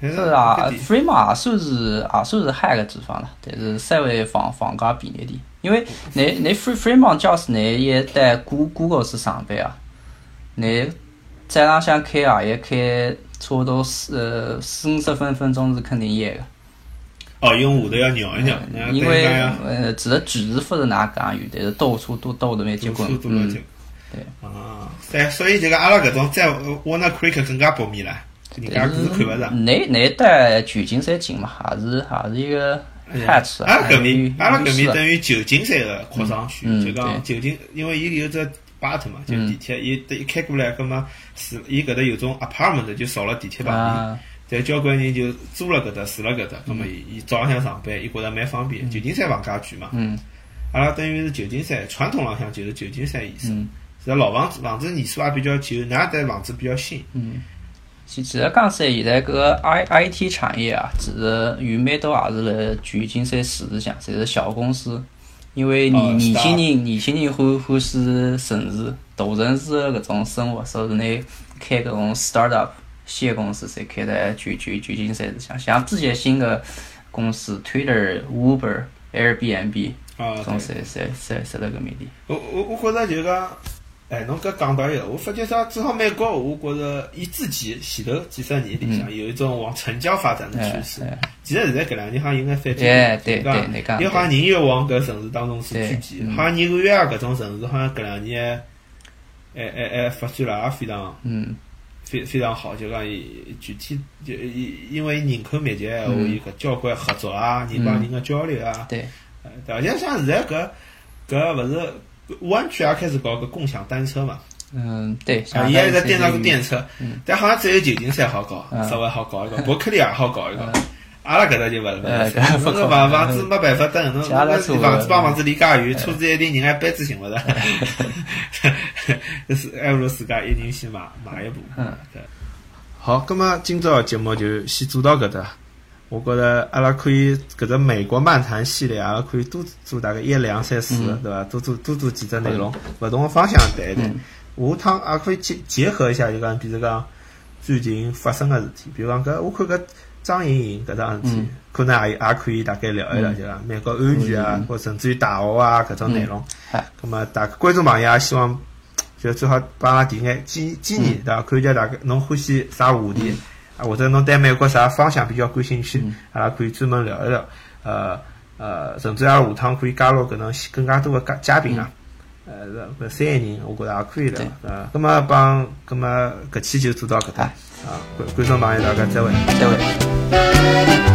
Speaker 1: 但
Speaker 2: 是
Speaker 1: 搿
Speaker 2: 啊
Speaker 1: 地
Speaker 2: ，Fremont 也算是也算是嗨个地方了，但是稍微房房价便宜点，因为你你 Fre Fremont 假使你也在 Go Google 是上班啊，你在那想开啊也开差不多四呃四五十分分钟是肯定要个。
Speaker 1: 哦，用下头要绕一绕，那
Speaker 2: 嗯因
Speaker 1: 等于
Speaker 2: 为
Speaker 1: 讲要
Speaker 2: 呃，只是距离不是哪讲远，但是到处都到的蛮结棍
Speaker 1: 多。多了
Speaker 2: 嗯
Speaker 1: 就，，
Speaker 2: 对
Speaker 1: 啊，对，所以就讲阿拉搿种在 Warner Creek 更加北面了，人家
Speaker 2: 但
Speaker 1: 是看勿
Speaker 2: 是
Speaker 1: 上。
Speaker 2: 你你带旧金山近嘛，还是还是一个
Speaker 1: 哎阿
Speaker 2: 嗨
Speaker 1: 拉
Speaker 2: 吃，
Speaker 1: 搿面
Speaker 2: 面，，
Speaker 1: 阿拉搿面
Speaker 2: 面
Speaker 1: 等于旧金山个扩张区，
Speaker 2: 嗯嗯
Speaker 1: 就讲旧金，因为伊有只 BART 嘛，就地铁，伊一开过来，葛末是伊搿搭有种 apartment 就少了地铁旁边，
Speaker 2: 啊，
Speaker 1: 但交关人就租了搿搭，住了搿
Speaker 2: 嗯
Speaker 1: 搭，葛末伊伊早浪向上班，伊觉着蛮方便。旧金山房价贵嘛，
Speaker 2: 嗯。
Speaker 1: 阿拉等于是旧金山传统浪向就是旧金山意思，
Speaker 2: 嗯
Speaker 1: 是老房子房子年数也比较旧，哪代房子比较新，
Speaker 2: 嗯，其其实讲起来，现在搿个 I I T 产业啊，其实有蛮多也是辣旧金山市里向，侪是小公司，因为
Speaker 1: 哦
Speaker 2: 年
Speaker 1: 是
Speaker 2: 年
Speaker 1: 的
Speaker 2: 轻人年轻人欢欢喜城市大城市的搿种生活，所以呢，开搿种 startup 新的公司侪开在旧旧旧金山里向，像之前新的公司 Twitter、Uber、Airbnb
Speaker 1: 啊对
Speaker 2: 搿，种侪侪侪侪辣搿面的。
Speaker 1: 我我我觉着就是讲，哎，侬搿讲到一个，我发觉啥？至少美国，我觉着伊自己前头几十年里向有一种往城郊发展的趋
Speaker 2: 嗯哎
Speaker 1: 势。
Speaker 2: 哎，
Speaker 1: 其嗯实现在搿两年好像有眼反转，
Speaker 2: 哎对
Speaker 1: 就
Speaker 2: 对你
Speaker 1: 讲，
Speaker 2: 讲
Speaker 1: 因为好像人越往搿城市当中去
Speaker 2: 对
Speaker 1: 聚集，
Speaker 2: 嗯
Speaker 1: 好像纽约啊搿种城市好像搿两年，哎哎哎发展了也非常
Speaker 2: 嗯，
Speaker 1: 非非常好，就讲伊具体就伊因为人口密集的闲
Speaker 2: 嗯
Speaker 1: 话，伊搿交关合作啊，人帮人个交流啊，
Speaker 2: 对，
Speaker 1: 呃对伐？就像现在搿搿勿是湾区也开始搞搿共享单车嘛，
Speaker 2: 嗯，对，
Speaker 1: 啊，伊
Speaker 2: 也
Speaker 1: 也在电上个电车
Speaker 2: 嗯，
Speaker 1: 但好像只有旧金山好搞，
Speaker 2: 嗯
Speaker 1: 稍微好 搞一个，伯克利也好搞一个
Speaker 2: 嗯。
Speaker 1: 阿拉搿搭就勿是勿
Speaker 2: 哎
Speaker 1: 是，
Speaker 2: 搿
Speaker 1: 侬
Speaker 2: 不
Speaker 1: 搿
Speaker 2: 可
Speaker 1: 房
Speaker 2: 能
Speaker 1: 房子没办法等，侬
Speaker 2: 其他
Speaker 1: 侬
Speaker 2: 的
Speaker 1: 搿
Speaker 2: 车啊哎
Speaker 1: 房子
Speaker 2: 位
Speaker 1: 帮房子离介远，车子一停，人还班子寻勿着，
Speaker 2: 哎
Speaker 1: 是还不如自家一人先买买一部。
Speaker 2: 嗯，
Speaker 1: 对。好，葛么今朝个节目就先做到搿搭。我觉着阿拉可以搿只美国漫谈系列，阿拉可以多做大概一两三四，
Speaker 2: 嗯
Speaker 1: 对伐？多做多做几只内容，勿同个方向谈一谈。下趟也啊可以结结合一下，就讲比如讲最近发生个事体，比如讲搿我看搿张莹莹搿桩事体
Speaker 2: 嗯，
Speaker 1: 可能也也可以大概聊一聊，
Speaker 2: 嗯
Speaker 1: 就讲美国安全啊
Speaker 2: 嗯，
Speaker 1: 或者甚至于大学啊搿种内容。
Speaker 2: 好，
Speaker 1: 咁么，大家观众朋友也希望就最好帮阿拉提眼建议建
Speaker 2: 嗯
Speaker 1: 议，对伐？看一下大家侬欢喜啥话题，啊，或者侬对美国啥方向比较感兴趣
Speaker 2: 嗯，
Speaker 1: 阿拉可以专门聊一聊。呃呃，甚至阿拉下趟可以加入搿能更加多的嘉嘉宾啊。呃，搿三个人，我觉着也可以聊
Speaker 2: 嗯对。
Speaker 1: 呃，咁么帮，咁么搿期就做到搿搭啊
Speaker 2: 好
Speaker 1: 啊，观观众朋友大家再会。
Speaker 2: 再会。
Speaker 3: thank